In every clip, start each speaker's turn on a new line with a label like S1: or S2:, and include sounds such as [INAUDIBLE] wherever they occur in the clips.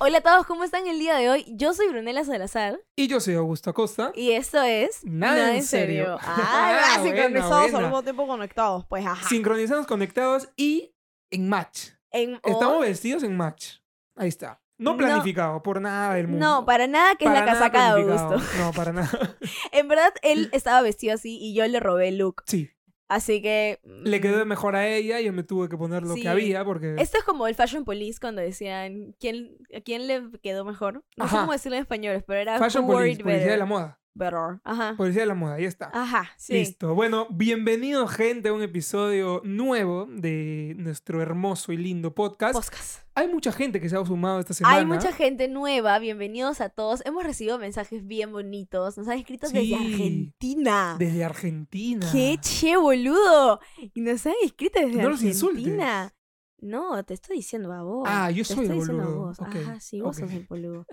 S1: Hola a todos, ¿cómo están el día de hoy? Yo soy Brunella Salazar
S2: Y yo soy Augusto Acosta.
S1: y esto es
S2: Nada en serio.
S1: Ah,
S2: [LAUGHS] Ah,
S1: sí.
S2: buena,
S3: sincronizados al
S2: buena.
S3: mismo tiempo conectados, pues ajá.
S2: Sincronizados, conectados y en match.
S1: En- oh,
S2: Estamos vestidos en match. Ahí está. No
S1: No.
S2: planificado por nada del mundo.
S1: no, para nada que es la
S2: nada
S1: casaca de
S2: planificado.
S1: Augusto.
S2: No, para nada. [LAUGHS]
S1: En verdad, él estaba vestido así y yo le robé el look.
S2: Sí.
S1: Así que...
S2: Le quedó mejor a ella. Yo me tuve que poner lo
S1: Sí.
S2: que había porque.
S1: Esto es como el Fashion Police cuando decían ¿quién, a quién le quedó mejor. No sé
S2: Ajá.
S1: cómo decirlo en español, pero era
S2: Fashion
S1: who wore
S2: Police,
S1: it
S2: Policía de
S1: better.
S2: la Moda.
S1: Better. Ajá.
S2: Policía de la Moda, ahí está.
S1: Ajá, sí.
S2: Listo. Bueno, bienvenido, gente, a un episodio nuevo de nuestro hermoso y lindo podcast.
S1: Podcast.
S2: Hay mucha gente que se ha sumado esta semana.
S1: Hay mucha gente nueva, bienvenidos a todos. Hemos recibido mensajes bien bonitos, nos han escrito
S2: Sí.
S1: desde Argentina.
S2: Desde Argentina.
S1: ¡Qué che, boludo! Y nos han escrito desde
S2: No los
S1: Argentina. No, te estoy diciendo a vos.
S2: Ah, yo
S1: te
S2: soy el
S1: estoy diciendo a
S2: boludo.
S1: vos.
S2: Ok,
S1: Ajá, sí, vos
S2: ok.
S1: sos el boludo.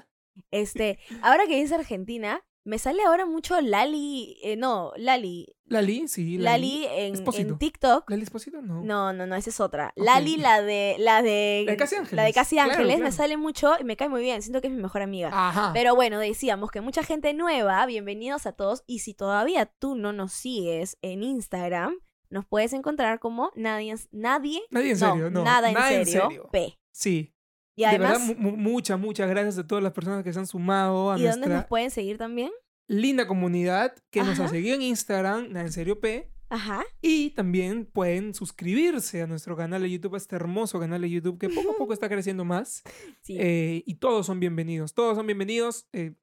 S1: Este, ahora que dice Argentina, me sale ahora mucho Lali, eh, no, Lali,
S2: Lali, sí. Lali.
S1: Lali en,
S2: Espósito.
S1: en TikTok.
S2: ¿Lali Espósito? No.
S1: No, no, no, esa es otra.
S2: Ok.
S1: Lali, la de, la de,
S2: La de Casi
S1: la de
S2: Ángeles.
S1: Casi
S2: Claro,
S1: Ángeles, me
S2: claro.
S1: sale mucho y me cae muy bien. Siento que es mi mejor amiga.
S2: Ajá.
S1: Pero bueno, decíamos que mucha gente nueva, bienvenidos a todos. Y si todavía tú no nos sigues en Instagram, nos puedes encontrar como nadie, nadie,
S2: Nadie en
S1: no,
S2: serio, no.
S1: nada en
S2: Nada
S1: serio, P.
S2: Sí.
S1: Y además,
S2: de verdad, mu- mu- muchas, muchas gracias a todas las personas que se han sumado a
S1: ¿y dónde nos
S2: nuestra
S1: pueden seguir también?
S2: linda comunidad que nos
S1: Ajá.
S2: ha seguido en Instagram, Nada en serio P.
S1: Ajá.
S2: Y también pueden suscribirse a nuestro canal de YouTube, a este hermoso canal de YouTube que poco a poco está creciendo más.
S1: [LAUGHS] Sí.
S2: Eh, y todos son bienvenidos, todos son bienvenidos. Eh,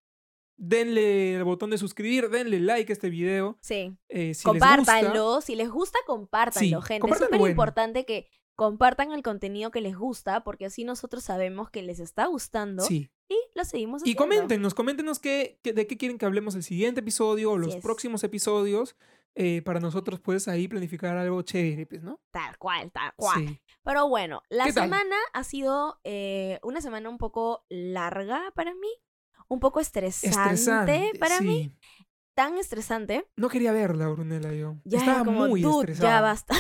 S2: denle el botón de suscribir, denle like a este video.
S1: sí.
S2: Eh, si les gusta,
S1: compártanlo. si les gusta, compártanlo,
S2: Sí,
S1: gente. Es
S2: compártanlo
S1: súper
S2: bueno.
S1: importante que compartan el contenido que les gusta, porque así nosotros sabemos que les está gustando
S2: Sí.
S1: y lo seguimos
S2: Y
S1: haciendo.
S2: coméntenos, coméntenos qué, qué- de qué quieren que hablemos el siguiente episodio o
S1: Así
S2: los
S1: es.
S2: próximos episodios eh, para nosotros pues ahí planificar algo chévere, pues, ¿no?
S1: Tal cual, tal cual.
S2: Sí.
S1: Pero bueno, la
S2: ¿Qué tal?
S1: semana ha sido eh, una semana un poco larga para mí, un poco estresante,
S2: Estresante.
S1: para
S2: sí.
S1: mí, tan estresante.
S2: No quería verla, Brunella, yo.
S1: Ya era
S2: Estaba
S1: como,
S2: muy
S1: "Dude,
S2: estresada.
S1: ya basta.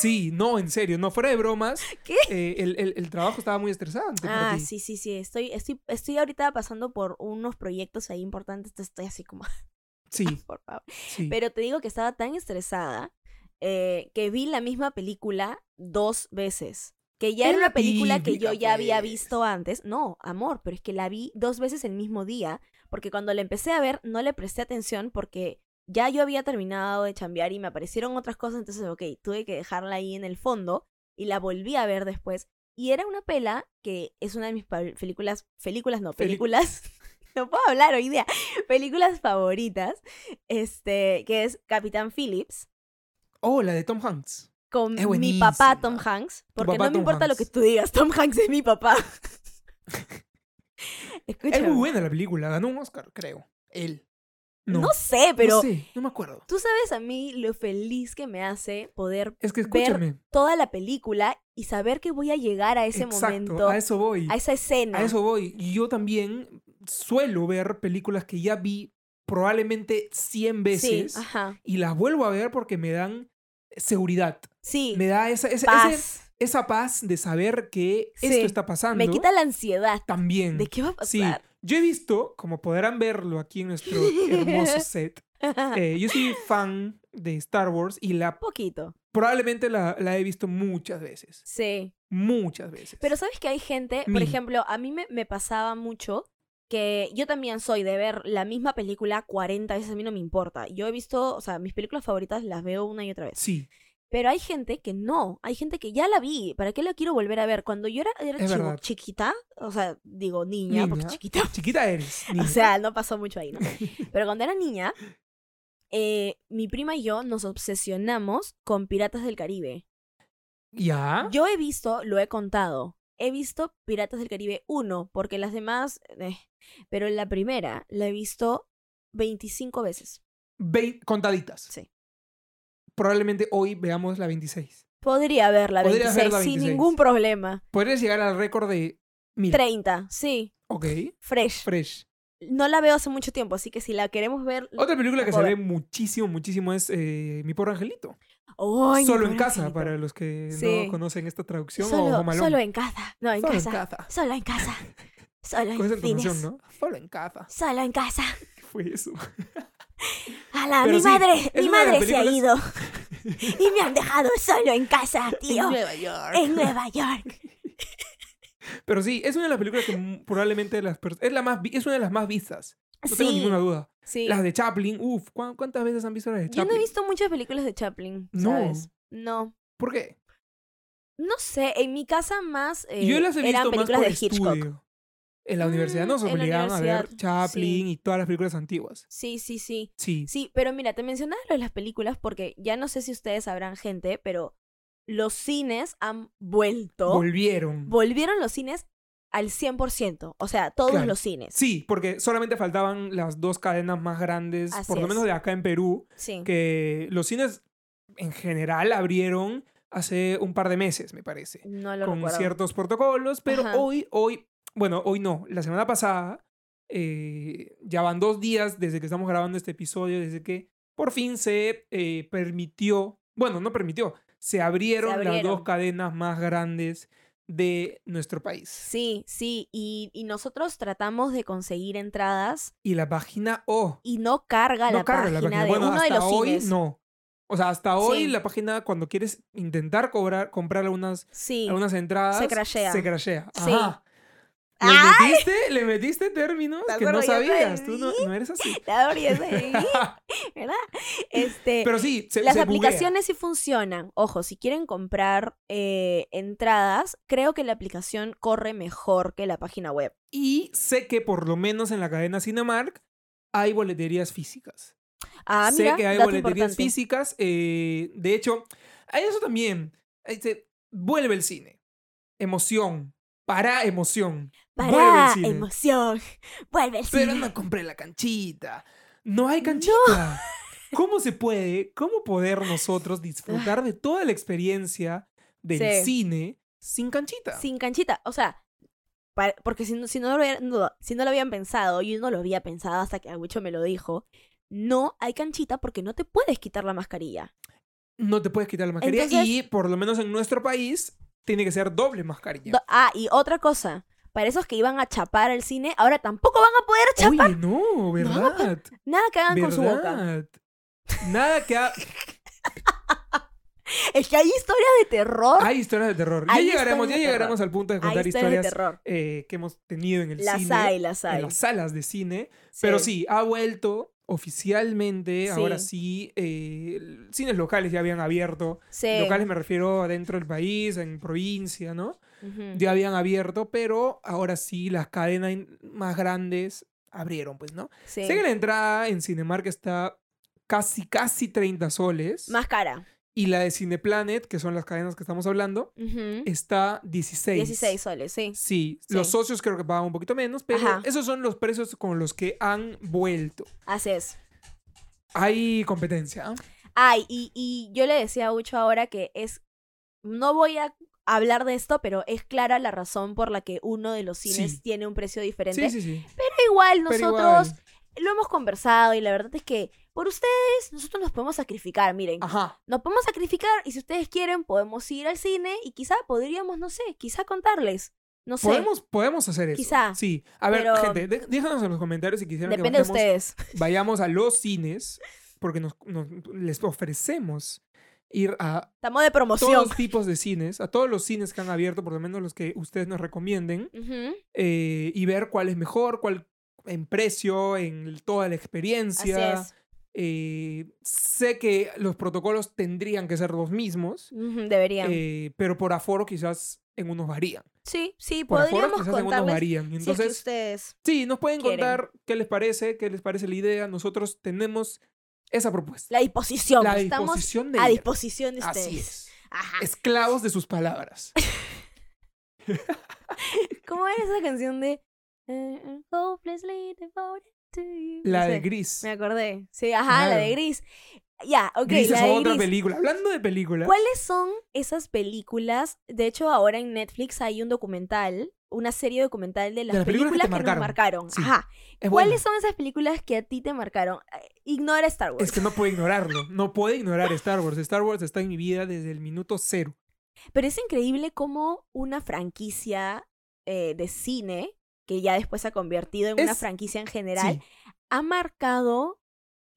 S2: Sí, no, en serio, no, fuera de bromas.
S1: [LAUGHS] ¿Qué?
S2: eh, el, el- el trabajo estaba muy estresante para
S1: Ah,
S2: ti.
S1: sí, sí, sí, estoy, estoy, estoy ahorita pasando por unos proyectos ahí importantes, te estoy así como, [LAUGHS]
S2: Sí,
S1: por favor.
S2: sí.
S1: Pero te digo que estaba tan estresada eh, que vi la misma película dos veces. Que ya
S2: Es
S1: era
S2: la
S1: una película que yo
S2: típica,
S1: ya había
S2: pues.
S1: visto antes. No, amor, pero es que la vi dos veces el mismo día. Porque cuando la empecé a ver, no le presté atención porque ya yo había terminado de chambear y me aparecieron otras cosas. Entonces, ok, tuve que dejarla ahí en el fondo y la volví a ver después. Y era una pela que es una de mis pa- películas, películas no,
S2: Pelic-
S1: películas, [LAUGHS] no puedo hablar hoy día, películas favoritas, este, que es Capitán Phillips,
S2: Oh, la de Tom Hanks.
S1: con
S2: Es
S1: mi papá
S2: buenísima.
S1: Tom Hanks, porque
S2: papá
S1: no me
S2: Tom
S1: importa lo
S2: Hanks.
S1: que tú digas, Tom Hanks es mi papá.
S2: [LAUGHS] Es
S1: Escúchame,
S2: muy buena la película, ganó un Oscar, creo. Él. No,
S1: no, sé, pero
S2: no sé, no me acuerdo.
S1: tú sabes a mí lo feliz que me hace poder
S2: Es que
S1: ver
S2: escúchame.
S1: toda la película y saber que voy a llegar a ese
S2: Exacto,
S1: momento,
S2: a
S1: a,
S2: eso voy.
S1: esa escena.
S2: A eso voy. Y Yo también suelo ver películas que ya vi probablemente 100
S1: sí, ah.
S2: veces
S1: ajá,
S2: y las vuelvo a ver porque me dan seguridad.
S1: sí,
S2: Me da esa, esa,
S1: paz.
S2: ese- esa paz de saber que
S1: Sí.
S2: esto está pasando.
S1: Me quita la ansiedad.
S2: también.
S1: ¿De qué va a
S2: Mm, Sí,
S1: pasar? [LAUGHS]
S2: yo he visto, como podrán verlo aquí en nuestro
S1: [LAUGHS]
S2: hermoso set, eh, yo soy fan de Star Wars y la
S1: poquito.
S2: probablemente la, la he visto muchas veces,
S1: Sí.
S2: muchas veces.
S1: Pero sabes que hay gente, por
S2: Mil.
S1: ejemplo, a mí me, me pasaba mucho que yo también soy de ver la misma película 40 veces, a mí no me importa. Yo he visto, o sea, mis películas favoritas las veo una y otra vez.
S2: sí,
S1: Pero hay gente que no, hay gente que ya la vi, ¿para qué la quiero volver a ver? Cuando yo era, era
S2: Es
S1: chivo-
S2: verdad.
S1: chiquita, o sea, digo niña, porque
S2: Niña.
S1: chiquita
S2: chiquita eres.
S1: O
S2: [LAUGHS] niña.
S1: sea, no pasó mucho
S2: [LAUGHS]
S1: ahí, ¿no? Pero cuando era niña, eh, mi prima y yo nos obsesionamos con Piratas del Caribe.
S2: ya.
S1: Yo he visto, lo he contado, he visto Piratas del Caribe 1, porque las demás, eh, pero la primera la he visto 25 veces.
S2: Vein- contaditas.
S1: Sí.
S2: Probablemente hoy veamos la 26.
S1: Podría verla
S2: Podrías
S1: 26,
S2: ver la
S1: sin
S2: 26.
S1: ningún problema.
S2: Podrías llegar al récord de 1000.
S1: 30, sí,
S2: Ok,
S1: fresh.
S2: fresh.
S1: No la veo hace mucho tiempo, así que si la queremos ver...
S2: Otra película que
S1: puedo
S2: se ve
S1: ver.
S2: muchísimo, muchísimo es eh, Mi pobre angelito.
S1: ¡Ay, mi
S2: solo
S1: pobre
S2: en casa,
S1: angelito!
S2: para los que
S1: Sí.
S2: no conocen esta traducción. o
S1: Solo,
S2: Home Alone.
S1: solo en casa, no, en
S2: Solo
S1: casa.
S2: en casa.
S1: Solo en casa. Solo
S2: Con esa
S1: en
S2: entonación,
S1: cines.
S2: ¿no? Solo en casa.
S1: Solo en casa.
S2: ¿Qué fue
S1: [LAUGHS]
S2: eso?
S1: ¡Hala!
S2: Pero
S1: ¡Mi
S2: sí,
S1: madre!
S2: es
S1: ¡Mi
S2: una de
S1: madre
S2: las
S1: se ha ido!
S2: películas- [LAUGHS]
S1: y me han dejado solo en casa, tío.
S2: Nueva York.
S1: En Nueva York.
S2: Pero sí, es una de las películas que m- probablemente las pers- es la más vi- es una de las más vistas. [LAUGHS] No tengo
S1: Sí,
S2: ninguna duda.
S1: sí.
S2: Las de Chaplin, uff, ¿cuántas veces han visto las de
S1: Yo
S2: Chaplin?
S1: no he visto muchas películas de Chaplin,
S2: No.
S1: ¿sabes? No.
S2: ¿Por qué?
S1: No sé, en mi casa más eh,
S2: Yo las he
S1: eran
S2: visto más
S1: películas
S2: por
S1: de Hitchcock.
S2: estudio. En la universidad
S1: Mm,
S2: nos
S1: en la
S2: obligaban a ver
S1: universidad,
S2: Chaplin y todas las películas antiguas.
S1: Sí, sí, sí.
S2: Sí.
S1: Sí, pero mira, te mencionaba lo de las películas porque ya no sé si ustedes sabrán, gente, pero los cines han vuelto.
S2: Volvieron.
S1: volvieron los cines al 100%. O sea, todos
S2: Claro.
S1: los cines.
S2: Sí, porque solamente faltaban las dos cadenas más grandes,
S1: Así
S2: por lo menos
S1: es.
S2: de acá en Perú,
S1: Sí.
S2: que los cines en general abrieron hace un par de meses, me parece.
S1: No lo
S2: con
S1: recuerdo.
S2: ciertos protocolos, pero
S1: Ajá.
S2: hoy, hoy, bueno, hoy no, la semana pasada, eh, ya van dos días desde que estamos grabando este episodio, desde que por fin se eh, permitió, bueno, no permitió, se abrieron, las
S1: abrieron.
S2: dos cadenas más grandes de nuestro país.
S1: Sí, sí. Y, y nosotros tratamos de conseguir entradas
S2: Y la página O.
S1: y no carga,
S2: no
S1: la,
S2: carga
S1: página
S2: la página.
S1: de
S2: Bueno,
S1: uno
S2: hasta
S1: de los
S2: hoy
S1: cines.
S2: no. O sea, hasta hoy
S1: Sí.
S2: la página, cuando quieres intentar cobrar, comprar algunas
S1: Sí.
S2: algunas entradas
S1: Se crashea.
S2: Se crashea.
S1: Sí.
S2: Ajá. Le
S1: ¡Ay!
S2: metiste, le metiste términos
S1: Me
S2: que no
S1: acuerdo, yo
S2: sabías. Tú no,
S1: aprendí.
S2: no
S1: [LAUGHS]
S2: eres así. Ah,
S1: La verdad, yo sé,
S2: [LAUGHS]
S1: ¿verdad? Este,
S2: Pero sí, se,
S1: las
S2: se buguea.
S1: aplicaciones sí funcionan. Ojo, si quieren comprar eh, entradas, creo que la aplicación corre mejor que la página web.
S2: Y sé que por lo menos en la cadena Cinemark hay boleterías físicas.
S1: Ah,
S2: sé
S1: mira,
S2: que hay
S1: dato
S2: boleterías
S1: importante.
S2: físicas. eh, de hecho, a eso también. eh, se- vuelve el cine. Emoción. Para emoción. Vuelve el
S1: Para
S2: cine.
S1: emoción. [LAUGHS] Vuelve el
S2: Pero
S1: cine.
S2: no compré la canchita. No hay canchita. ¿Cómo se puede, cómo poder nosotros disfrutar de toda la experiencia del
S1: Sí.
S2: cine sin canchita?
S1: Sin canchita. O sea, pa- porque si no, si, no lo hubiera- no, si no lo habían pensado, yo no lo había pensado hasta que Aguicho me lo dijo. No hay canchita porque no te puedes quitar la mascarilla.
S2: No te puedes quitar la mascarilla
S1: Entonces-
S2: y por lo menos en nuestro país tiene que ser doble mascarilla.
S1: Do- ah, y otra cosa. Para esos que iban a chapar al cine, ahora tampoco van a poder chapar.
S2: Oye, no, ¿verdad?
S1: pues, Nada que hagan con su boca.
S2: ¿Verdad? Nada que
S1: [LAUGHS]
S2: ha-
S1: Es que hay historias de terror.
S2: hay historias de terror. Ya
S1: Hay
S2: llegaremos,
S1: historias
S2: ya
S1: de
S2: llegaremos al punto de
S1: Hay,
S2: Ah, contar
S1: historias, de
S2: historias
S1: terror.
S2: eh, que hemos tenido en el
S1: Las
S2: cine,
S1: hay, las hay.
S2: en las salas de cine. Pero sí, ha vuelto oficialmente, ahora sí, eh, l- cines locales ya habían abierto.
S1: sí.
S2: Locales me refiero dentro del país, en provincia, ¿no?
S1: Ujú.
S2: Ya habían abierto, pero ahora sí las cadenas in- más grandes abrieron, pues, ¿no?
S1: Sí.
S2: Sé que la entrada en Cinemark está casi, casi 30 soles.
S1: Más cara.
S2: Y la de Cineplanet, que son las cadenas que estamos hablando,
S1: Ujú.
S2: está 16.
S1: 16 soles, sí.
S2: Sí,
S1: Sí.
S2: los socios creo que pagan un poquito menos, pero
S1: Ajá.
S2: esos son los precios con los que han vuelto.
S1: Así es.
S2: Hay competencia. ¿ah?
S1: Ay, y, y yo le decía a Ucho ahora que es. No voy a hablar de esto, pero es clara la razón por la que uno de los cines
S2: Sí.
S1: tiene un precio diferente.
S2: Sí, sí, sí.
S1: Pero igual
S2: Pero
S1: nosotros
S2: igual.
S1: lo hemos conversado y la verdad es que por ustedes nosotros nos podemos sacrificar, miren.
S2: Ajá.
S1: Nos podemos sacrificar y si ustedes quieren podemos ir al cine y quizá podríamos, no sé, quizá contarles. No sé.
S2: Podemos, podemos hacer eso.
S1: Quizá,
S2: Sí. A ver,
S1: pero-
S2: gente, de- déjanos en los comentarios si quisieran
S1: Depende de
S2: que bajemos-
S1: ustedes.
S2: vayamos a los cines, porque nos, nos- les ofrecemos ir a
S1: Estamos de promoción.
S2: todos tipos de cines, a todos los cines que han abierto, por lo menos los que ustedes nos recomienden,
S1: Ujú,
S2: eh, y ver cuál es mejor, cuál en precio, en toda la
S1: Así
S2: experiencia.
S1: es.
S2: Eh, sé que los protocolos tendrían que ser los mismos,
S1: Ujú, deberían.
S2: eh, pero por aforo quizás en unos varían.
S1: sí, sí,
S2: por afuera
S1: podríamos
S2: quizás algunos
S1: contarles.
S2: varían.
S1: si es que
S2: Entonces,
S1: ustedes
S2: sí, nos pueden
S1: quieren.
S2: contar qué les parece, qué les parece la idea. Nosotros tenemos esa propuesta.
S1: La disposición.
S2: La
S1: Estamos
S2: disposición de
S1: a
S2: ir.
S1: disposición de ustedes.
S2: Así es.
S1: Ajá.
S2: Esclavos de
S1: [LAUGHS]
S2: sus palabras.
S1: ¿Cómo es esa canción de eh, I'm Hopelessly devoted to you?
S2: La
S1: No
S2: de
S1: sé,
S2: Gris.
S1: Me acordé. Sí, ajá, la de
S2: Claro.
S1: Gris. Ya, ok,
S2: Gris
S1: la
S2: es
S1: de
S2: otra
S1: Gris.
S2: película. Hablando de películas.
S1: ¿Cuáles son esas películas? De hecho, ahora en Netflix hay un documental, una serie documental de las, películas, que,
S2: te
S1: nos marcaron.
S2: Sí,
S1: Ajá.
S2: Es buena.
S1: ¿Cuáles son esas películas que a ti te marcaron? Eh, Ignora Star Wars.
S2: Es que no puedo ignorarlo. No puedo ignorar Star Wars. Star Wars está en mi vida desde el minuto cero.
S1: Pero es increíble cómo una franquicia eh, de cine que ya después se ha convertido en
S2: Es-
S1: una franquicia en general, ha marcado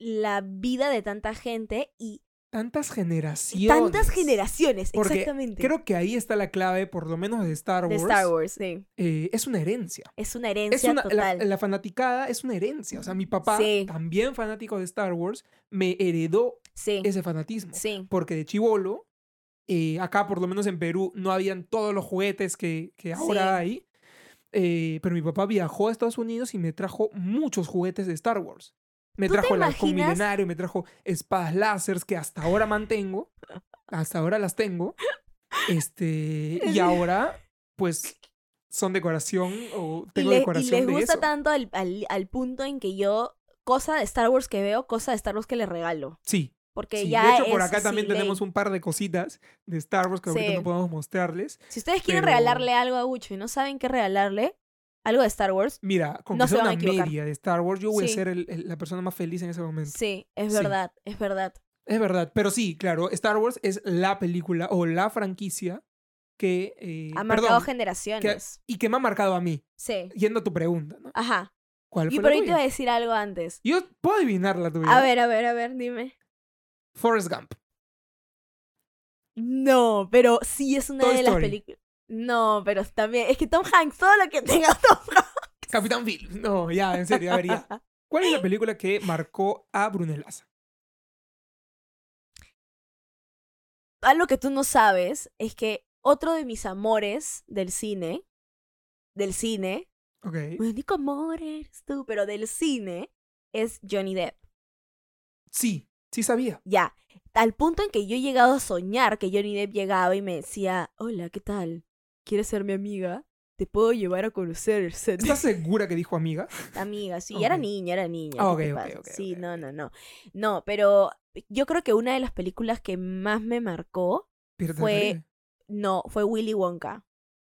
S1: la vida de tanta gente y
S2: Tantas generaciones.
S1: tantas generaciones,
S2: Porque
S1: exactamente.
S2: Creo que ahí está la clave, por lo menos de Star
S1: de
S2: Wars.
S1: Star Wars, sí.
S2: Eh, es una herencia.
S1: Es una
S2: Es
S1: herencia
S2: una, la,
S1: total.
S2: la fanaticada es una herencia. O sea, mi papá,
S1: Sí.
S2: también fanático de Star Wars, me heredó
S1: sí,
S2: ese fanatismo.
S1: sí.
S2: Porque de chivolo, eh, acá por lo menos en Perú, no habían todos los juguetes que, que ahora hay. Eh, pero mi papá viajó a Estados Unidos y me trajo muchos juguetes de Star Wars. Me
S1: ¿Tú te
S2: trajo el halcón
S1: imaginas?
S2: milenario, me trajo espadas láseres que hasta ahora mantengo. Hasta ahora las tengo. Este, y ahora, pues, son decoración o
S1: Y,
S2: tengo
S1: le- y
S2: decoración
S1: les
S2: de
S1: gusta
S2: eso.
S1: tanto al, al- al punto en que yo, cosa de Star Wars que veo, cosa de Star Wars que le regalo.
S2: Sí,
S1: Porque
S2: sí.
S1: ya
S2: de hecho, por
S1: es
S2: acá también
S1: así, ley.
S2: tenemos un par de cositas de Star Wars que ahorita
S1: Sí.
S2: no podemos mostrarles.
S1: Si ustedes quieren
S2: pero-
S1: regalarle algo a Gucho y no saben qué regalarle, algo de Star Wars,
S2: Mira, con
S1: No
S2: que
S1: se
S2: sea
S1: van a
S2: una
S1: equivocar.
S2: media de Star Wars, yo voy
S1: Sí.
S2: a ser el- el- la persona más feliz en ese momento.
S1: sí, es
S2: Sí.
S1: verdad, es verdad.
S2: Es verdad, pero sí, claro, Star Wars es la película o la franquicia que... eh,
S1: Ha marcado
S2: perdón,
S1: generaciones.
S2: y que me ha marcado a mí,
S1: Sí.
S2: yendo a tu pregunta, ¿no?
S1: Ajá.
S2: ¿Cuál
S1: Y
S2: fue
S1: por
S2: la
S1: ahí te
S2: tuya?
S1: iba a decir algo antes.
S2: Yo puedo adivinar la tuya.
S1: A ver, a ver, a ver, dime.
S2: Forrest Gump.
S1: No, pero sí es una
S2: Toy
S1: de las
S2: Story.
S1: películas. No, pero también. Es que Tom Hanks, todo lo que tenga [LAUGHS] Tom Hanks.
S2: Capitán Phillips. [LAUGHS] No, ya, en serio, a
S1: [LAUGHS]
S2: ver, ya. ¿Cuál es la película que marcó a Brunelaza?
S1: Algo que tú no sabes es que otro de mis amores del cine, del cine,
S2: Ok.
S1: mi único amor eres tú, pero del cine, es Johnny Depp.
S2: Sí, sí sabía.
S1: Ya, al punto en que yo he llegado a soñar que Johnny Depp llegaba y me decía, hola, ¿qué tal? ¿Quieres ser mi amiga? Te puedo llevar a conocer el set.
S2: ¿Estás segura que dijo amiga?
S1: Amiga, sí,
S2: Ok.
S1: era niña, era niña.
S2: Ah,
S1: ¿qué te
S2: ok, ok,
S1: pasa?
S2: ok,
S1: sí,
S2: ok,
S1: no,
S2: ok.
S1: no, no. No, pero yo creo que una de las películas que más me marcó,
S2: Piratas del
S1: Fue-
S2: Caribe.
S1: no, fue Willy Wonka,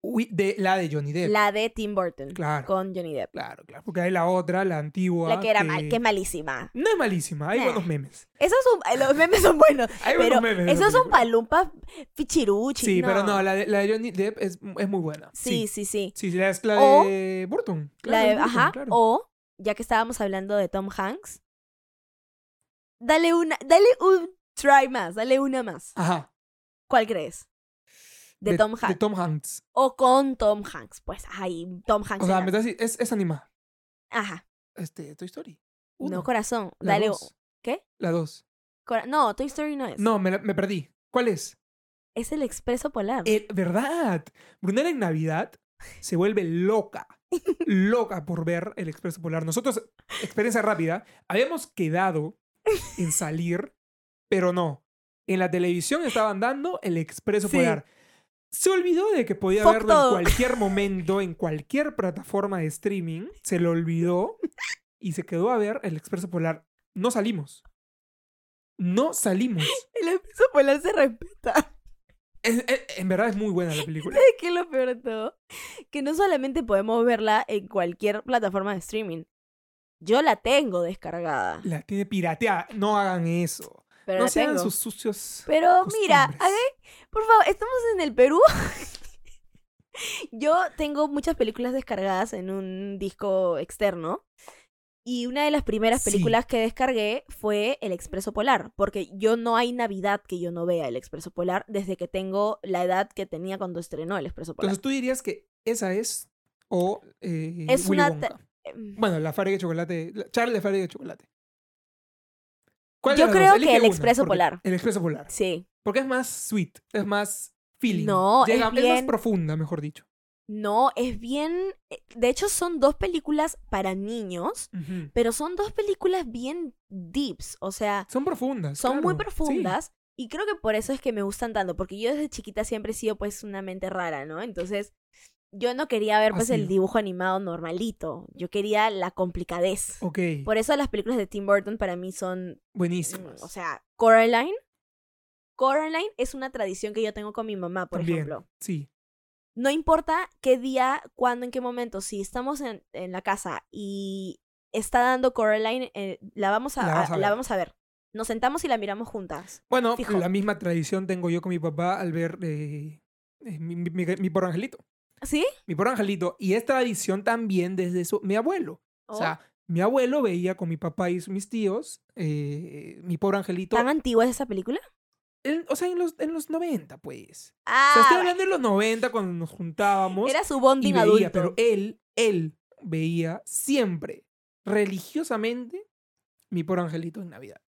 S2: Uy, de, la de Johnny Depp.
S1: la de Tim Burton,
S2: Claro.
S1: con Johnny Depp.
S2: Claro, claro. Porque hay la otra, la antigua.
S1: La que era mal, que es malísima.
S2: No es malísima, hay
S1: Nah.
S2: buenos memes.
S1: Esos son, eh, los memes son buenos,
S2: [LAUGHS] Hay
S1: pero
S2: buenos memes. de esa
S1: esos son
S2: película.
S1: palumpas fichiruchi.
S2: Sí, pero no, la de, la de Johnny Depp es, es muy buena.
S1: Sí,
S2: Sí,
S1: sí, sí.
S2: sí, la es la
S1: O-
S2: de Burton.
S1: La
S2: Claro,
S1: de-
S2: es Burton,
S1: ajá,
S2: claro.
S1: o, ya que estábamos hablando de Tom Hanks, dale una, dale un try más, dale una más.
S2: Ajá.
S1: ¿Cuál crees? De, Tom
S2: De
S1: Hanks.
S2: Tom Hanks.
S1: O con Tom Hanks, pues, ahí, Tom Hanks.
S2: O sea,
S1: en
S2: me
S1: la-
S2: estás dic- es, es animada.
S1: Ajá,
S2: Este, Toy Story.
S1: no,
S2: Uno.
S1: corazón,
S2: La
S1: dale,
S2: dos.
S1: ¿qué?
S2: La dos.
S1: cora- no, Toy Story no es.
S2: No, me, la- me perdí. ¿Cuál es?
S1: Es el Expreso Polar.
S2: Eh, ¿Verdad? Brunel en Navidad se vuelve loca. Loca por ver el Expreso Polar. Nosotros, experiencia rápida, habíamos quedado en salir, pero no. En la televisión estaban dando el Expreso
S1: Sí.
S2: Polar. Se olvidó de que podía
S1: Fuck
S2: verlo
S1: todo.
S2: en cualquier momento, en cualquier plataforma de streaming. Se lo olvidó y se quedó a ver el Expreso Polar. No salimos. No
S1: [LAUGHS]
S2: salimos.
S1: El Expreso Polar se respeta. [LAUGHS]
S2: Es- es- en verdad es muy buena la película.
S1: Es que lo peor de todo, que no solamente podemos verla en cualquier plataforma de streaming. Yo la tengo descargada.
S2: La tiene pirateada. No hagan eso.
S1: Pero
S2: no
S1: la
S2: sean
S1: tengo.
S2: sus sucios.
S1: Pero mira, a
S2: costumbres.
S1: ver, por favor, estamos en el Perú. [LAUGHS] Yo tengo muchas películas descargadas en un disco externo. Y una de las primeras
S2: Sí.
S1: películas que descargué fue El Expreso Polar, porque yo no hay Navidad que yo no vea El Expreso Polar desde que tengo la edad que tenía cuando estrenó El Expreso Polar.
S2: Entonces tú dirías que esa es o eh,
S1: Es
S2: Willy
S1: una
S2: Wonka?
S1: Em,
S2: Bueno, la Fábrica de Chocolate. la- Charlie la Fábrica de Chocolate. ¿Cuál de
S1: Yo
S2: las dos?
S1: creo que
S2: Elige
S1: el
S2: una,
S1: Expreso
S2: porque-
S1: Polar.
S2: El Expreso Polar.
S1: Sí,
S2: Porque es más sweet, es más feeling.
S1: No, es
S2: Llega- más
S1: bien-
S2: profunda, mejor dicho.
S1: no, es bien... eh, De hecho, son dos películas para niños,
S2: Ujú.
S1: pero son dos películas bien deeps, o sea...
S2: Son profundas.
S1: son muy
S2: claro, sí.
S1: profundas y creo que por eso es que me gustan tanto, porque yo desde chiquita siempre he sido pues una mente rara, ¿no? Entonces yo no quería ver pues
S2: Así
S1: el
S2: es.
S1: dibujo animado normalito, yo quería la complicadez.
S2: Ok,
S1: Por eso las películas de Tim Burton para mí son, mm,
S2: buenísimas.
S1: o sea, Coraline. Coraline es una tradición que yo tengo con mi mamá, por
S2: También,
S1: ejemplo.
S2: Sí,
S1: No importa qué día, cuándo, en qué momento, si estamos en, en la casa y está dando Coraline, eh, la, vamos a,
S2: La vas a
S1: a- la
S2: ver.
S1: vamos a ver. Nos sentamos y la miramos juntas.
S2: Bueno,
S1: Fijo.
S2: la misma tradición tengo yo con mi papá al ver eh, eh, mi, mi- mi- mi pobre angelito.
S1: ¿Sí?
S2: Mi pobre angelito. Y es tradición también desde su, mi abuelo. O
S1: Oh,
S2: sea, mi abuelo veía con mi papá y mis tíos eh, mi pobre angelito.
S1: ¿Tan antigua es esa película?
S2: en- o sea, en los, en los 90, pues.
S1: Ah,
S2: o sea, estoy
S1: bueno.
S2: hablando de los 90 cuando nos juntábamos.
S1: era su
S2: y
S1: bonding
S2: veía,
S1: adulto.
S2: pero él, él veía siempre, religiosamente, mi pobre angelito en Navidad.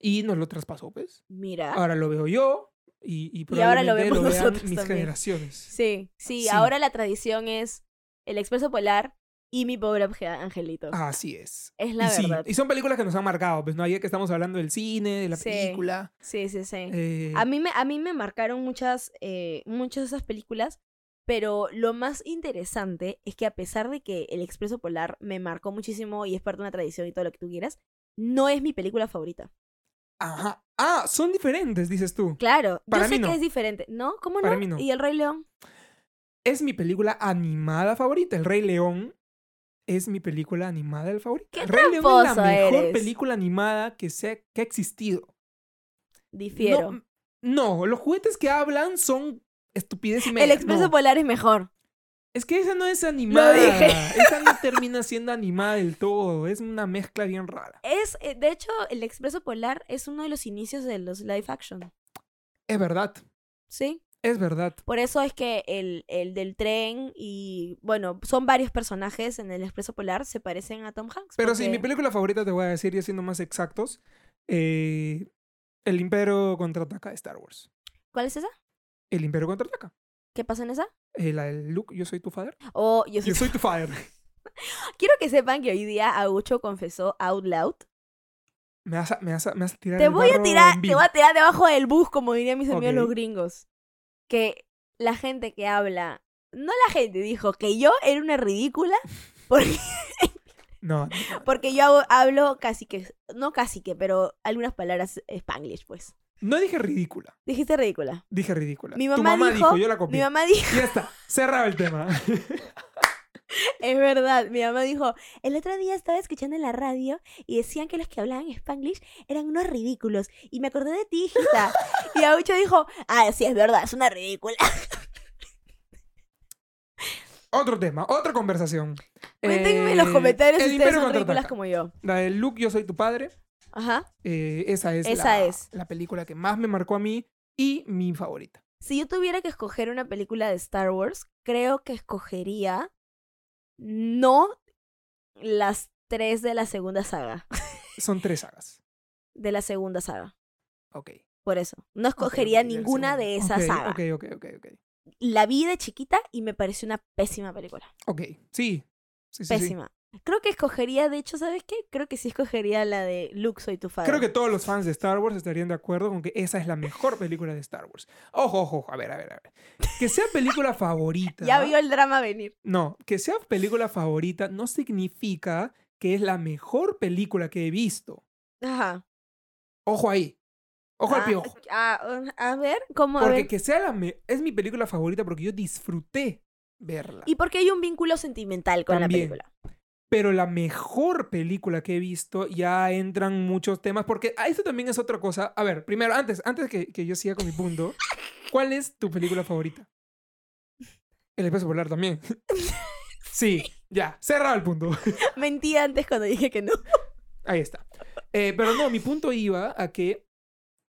S2: Y nos lo traspasó, pues.
S1: Mira.
S2: Ahora lo veo yo y, y
S1: Ah. Y ahora
S2: probablemente
S1: lo vemos
S2: vean
S1: nosotros
S2: mis
S1: también.
S2: generaciones.
S1: Sí, sí,
S2: Sí.
S1: ahora la tradición es El Expreso Polar y Mi Pobre Ange- Angelito.
S2: Así es.
S1: es
S2: Ah, y,
S1: la
S2: sí,
S1: verdad.
S2: y son películas que nos han marcado, pues, ¿no? Ayer que estamos hablando del cine, de la
S1: Sí.
S2: película.
S1: Sí, sí, sí.
S2: eh,
S1: A mí me, a mí me marcaron muchas, eh, muchas de esas películas, pero lo más interesante es que a pesar de que El Expreso Polar me marcó muchísimo y es parte de una tradición y todo lo que tú quieras, no es mi película favorita.
S2: ajá. Ah, son diferentes, dices tú.
S1: Claro,
S2: Para
S1: yo sé
S2: mí no.
S1: que es diferente, ¿no? ¿Cómo no?
S2: Para mí no.
S1: ¿Y El Rey León?
S2: Es mi película animada favorita. El Rey León es mi película animada el favorita.
S1: ¡Qué
S2: el Rey León es la
S1: tramposo
S2: mejor
S1: eres!
S2: película animada que, se ha, que ha existido.
S1: Difiero.
S2: No, no, los juguetes que hablan son estupidez y media.
S1: el Expreso
S2: No.
S1: Polar es mejor.
S2: Es que esa no es animada.
S1: dije.
S2: Esa no termina siendo animada del todo. Es una mezcla bien rara.
S1: Es, eh, de hecho, El Expreso Polar es uno de los inicios de los live action,
S2: Es verdad.
S1: ¿sí?
S2: Es verdad.
S1: Por eso es que el, el del tren y, bueno, son varios personajes en El Expreso Polar, se parecen a Tom Hanks.
S2: Pero sí,
S1: porque-
S2: mi película favorita, te voy a decir, ya siendo más exactos, eh, El Imperio Contraataca de Star Wars.
S1: ¿Cuál es esa?
S2: El Imperio Contraataca.
S1: ¿Qué pasa en esa?
S2: Eh, la de Luke, yo soy tu father.
S1: Oh, yo sí-
S2: Yo soy tu father.
S1: [LAUGHS] Quiero que sepan que hoy día Aucho confesó out loud.
S2: Me vas a, me vas a- me vas a tirar
S1: Te
S2: el
S1: voy a
S2: barro
S1: tirar,
S2: en
S1: te
S2: vivo.
S1: voy a tirar debajo del bus, como dirían mis amigos
S2: Ok.
S1: los gringos. Que la gente que habla, no la gente dijo que yo era una ridícula [LAUGHS] porque
S2: No, no, no.
S1: Porque yo hago- hablo casi que, no casi que, pero algunas palabras spanglish, pues.
S2: No dije ridícula.
S1: Dijiste ridícula.
S2: Dije ridícula.
S1: Mi
S2: tu
S1: mamá
S2: mamá
S1: dijo-
S2: yo la copié.
S1: Mi mamá dijo, [LAUGHS]
S2: Ya está, cerraba el tema.
S1: es verdad, mi mamá dijo, el otro día estaba escuchando en la radio y decían que los que hablaban spanglish eran unos ridículos. Y me acordé de ti, hijita. y Aucho dijo, ah, sí, es verdad, es una ridícula. [LAUGHS]
S2: Otro tema, otra conversación.
S1: Cuéntenme en
S2: Eh,
S1: los comentarios
S2: El
S1: si ustedes
S2: Imperio
S1: son ridículas
S2: Contraataca.
S1: como yo.
S2: La de Luke, yo soy tu padre.
S1: Ajá.
S2: Eh, esa es,
S1: Esa
S2: la,
S1: es.
S2: la película que más me marcó a mí y mi favorita.
S1: Si yo tuviera que escoger una película de Star Wars, creo que escogería no las tres de la segunda saga.
S2: Son tres sagas.
S1: de la segunda saga.
S2: Ok.
S1: Por eso. No escogería
S2: ok, ya la
S1: ninguna
S2: segunda.
S1: de esas
S2: Ok,
S1: sagas.
S2: Ok, ok, ok, ok.
S1: La vi de chiquita y me pareció una pésima película.
S2: Ok, sí. Sí, sí, sí.
S1: pésima. Creo que escogería, de hecho, ¿sabes qué? Creo que sí escogería la de Luke, soy tu padre.
S2: Creo que todos los fans de Star Wars estarían de acuerdo con que esa es la mejor película de Star Wars. Ojo, ojo, ojo, a ver, a ver, a ver. Que sea
S1: [LAUGHS]
S2: película favorita.
S1: Ya vio el drama venir.
S2: No, que sea película favorita no significa que es la mejor película que he visto.
S1: Ajá.
S2: Ojo ahí. Ojo al
S1: Ah,
S2: piojo.
S1: ah, ah, a ver, ¿cómo? A
S2: Porque
S1: ver.
S2: que sea la me- es mi película favorita porque yo disfruté verla.
S1: Y porque hay un vínculo sentimental con
S2: También.
S1: la película. [LAUGHS]
S2: Pero la mejor película que he visto ya entran muchos temas porque ah, esto también es otra cosa. A ver, primero antes antes que, que yo siga con mi punto, ¿cuál es tu película favorita? El Expreso
S1: [LAUGHS]
S2: Polar también. Sí, ya, cerrado el punto.
S1: Mentí antes cuando dije que no.
S2: Ahí está. Eh, pero no, mi punto iba a que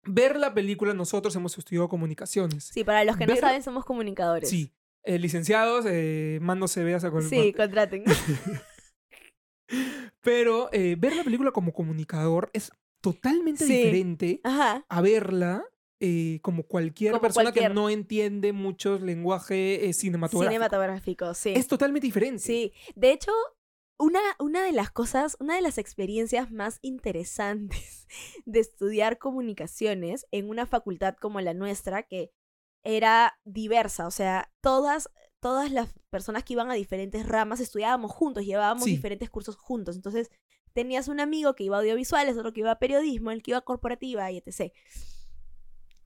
S2: ver la película, nosotros hemos estudiado comunicaciones.
S1: Sí, para los que no
S2: Ver-
S1: saben, somos comunicadores.
S2: Sí. Eh, licenciados, eh, mando CVs a
S1: Sí,
S2: cualquier
S1: contraten.
S2: parte. [LAUGHS] Pero eh, ver la película como comunicador es totalmente
S1: Sí.
S2: diferente
S1: Ajá.
S2: a verla eh, como cualquier
S1: Como
S2: persona
S1: cualquier.
S2: que no entiende mucho lenguaje eh, cinematográfico.
S1: Cinematográfico, sí.
S2: Es totalmente diferente.
S1: Sí, de hecho, una, una de las cosas, una de las experiencias más interesantes [LAUGHS] de estudiar comunicaciones en una facultad como la nuestra, que era diversa, o sea, todas, todas las personas que iban a diferentes ramas estudiábamos juntos, llevábamos
S2: Sí.
S1: diferentes cursos juntos, entonces tenías un amigo que iba a audiovisuales, otro que iba a periodismo, el que iba a corporativa y etc.